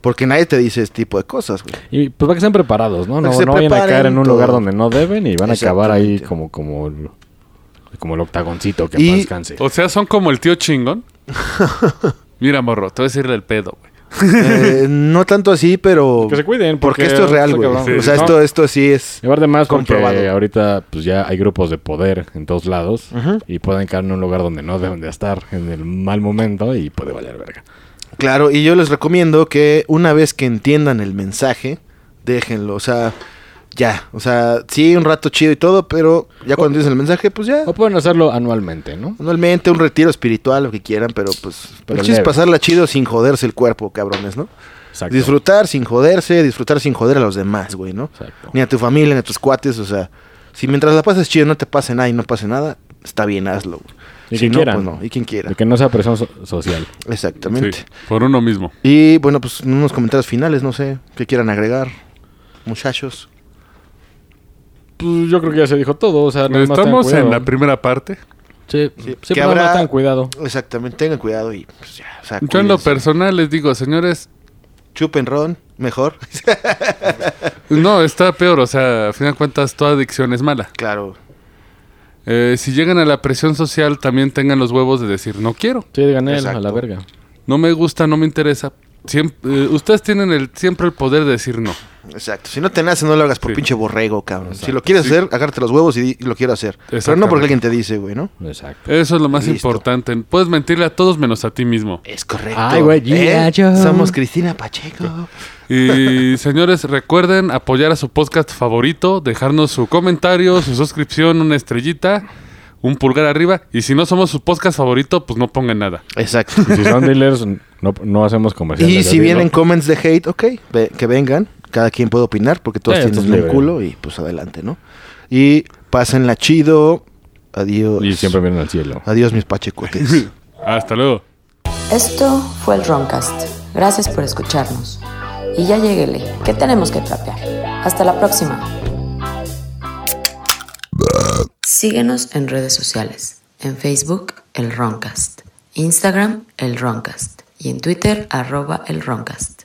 A: porque nadie te dice este tipo de cosas, güey.
C: Y pues para que estén preparados, ¿no?
A: Para
C: No,
A: que se
C: no vayan a
A: preparen
C: caer en un
A: todo.
C: lugar donde no deben y van a acabar ahí
A: Exactamente.
C: como, como, el, como el octagoncito que
A: Y-
C: más descanse.
B: O sea, son como el tío chingón. Mira, morro, te voy a decir del pedo, güey.
A: Eh, no tanto así, pero...
C: Que se cuiden,
A: Porque,
C: porque
A: esto es real,
C: está
A: güey.
C: cabrón.
A: o sea,
C: Sí,
A: esto,
C: no.
A: esto sí es...
C: Y aparte más porque
A: Comprobado.
C: ahorita pues ya hay grupos de poder en todos lados y pueden caer en un lugar donde no deben de estar en el mal momento y puede valer verga.
A: Claro, y yo les recomiendo que una vez que entiendan el mensaje, déjenlo, o sea, ya, o sea, sí, un rato chido y todo, pero ya cuando dicen el mensaje, pues ya,
C: O pueden hacerlo anualmente, ¿no?
A: anualmente un retiro espiritual, lo que quieran, pero pues,
C: Pero
A: el chiste es
C: leve.
A: pasarla chido sin joderse el cuerpo, cabrones, ¿no?
C: Exacto.
A: Disfrutar sin joderse, disfrutar sin joder a los demás, güey, ¿no?
C: Exacto.
A: Ni a tu familia, ni a tus cuates, o sea, si mientras la pases chido no te pase nada y no pase nada, está bien, hazlo, güey.
C: Y
A: si
C: quien
A: no,
C: quiera.
A: pues no, y quien quiera.
C: De que no sea presión so- social.
A: Exactamente.
B: Sí, por uno mismo.
A: Y bueno, pues unos comentarios finales, no sé, qué quieran agregar, muchachos.
C: Pues yo creo que ya se dijo todo. O sea, nada más
B: Estamos en
C: tengan
B: la
C: cuidado. ¿eh?
B: primera parte.
C: Sí,
A: Sí,
C: sí,
A: que
C: pero nada más
A: habrá-
C: tengan cuidado.
A: Exactamente, tengan cuidado y pues ya, o sea,
B: Yo en lo
A: cuídense.
B: personal les digo, señores,
A: chupen ron, mejor.
B: no, está peor. O sea, a fin de cuentas, toda adicción es mala.
A: claro,
B: Eh, si llegan a la presión social, también tengan los huevos de decir, no quiero,
C: Sí, digan él, a
A: Exacto.
C: la verga.
B: no me gusta, no me interesa. Siem- eh, ustedes tienen el, siempre el poder de decir no.
A: exacto. Si no te nace, no lo hagas por
B: Sí.
A: pinche borrego, cabrón. Si
C: Exacto,
A: lo quieres
B: sí.
A: hacer, agárrate los huevos y, di- y lo quiero hacer. Pero no
B: Exactamente.
A: porque alguien te dice, güey, ¿no?
C: Exacto.
B: Eso es lo más
A: Listo.
B: importante. Puedes mentirle a todos menos a ti mismo.
A: Es correcto. ¿Eh?
C: Ay, güey, ya, yo.
A: Somos Cristina Pacheco.
B: Y señores, recuerden apoyar a su podcast favorito, dejarnos su comentario, su suscripción, una estrellita, un pulgar arriba. Y si no somos su podcast favorito, pues no pongan nada.
A: Exacto.
C: Y si son dealers, no, no hacemos comerciales.
A: y
C: de
A: si
C: dealer.
A: vienen comments de hate, ok, ve- que vengan. Cada quien puede opinar porque todos
C: Sí, esto
A: tienen
C: es
A: un
C: libre.
A: culo y pues adelante, ¿no? Y pásenla chido. Adiós.
C: Y siempre vienen al cielo.
A: Adiós, mis pachecotes.
B: Hasta luego.
E: Esto fue el Roncast. Gracias por escucharnos. Y ya lleguele, que tenemos que trapear. Hasta la próxima. Síguenos en redes sociales. En Facebook, el Roncast. Instagram, el Roncast. Y en Twitter, arroba el Roncast.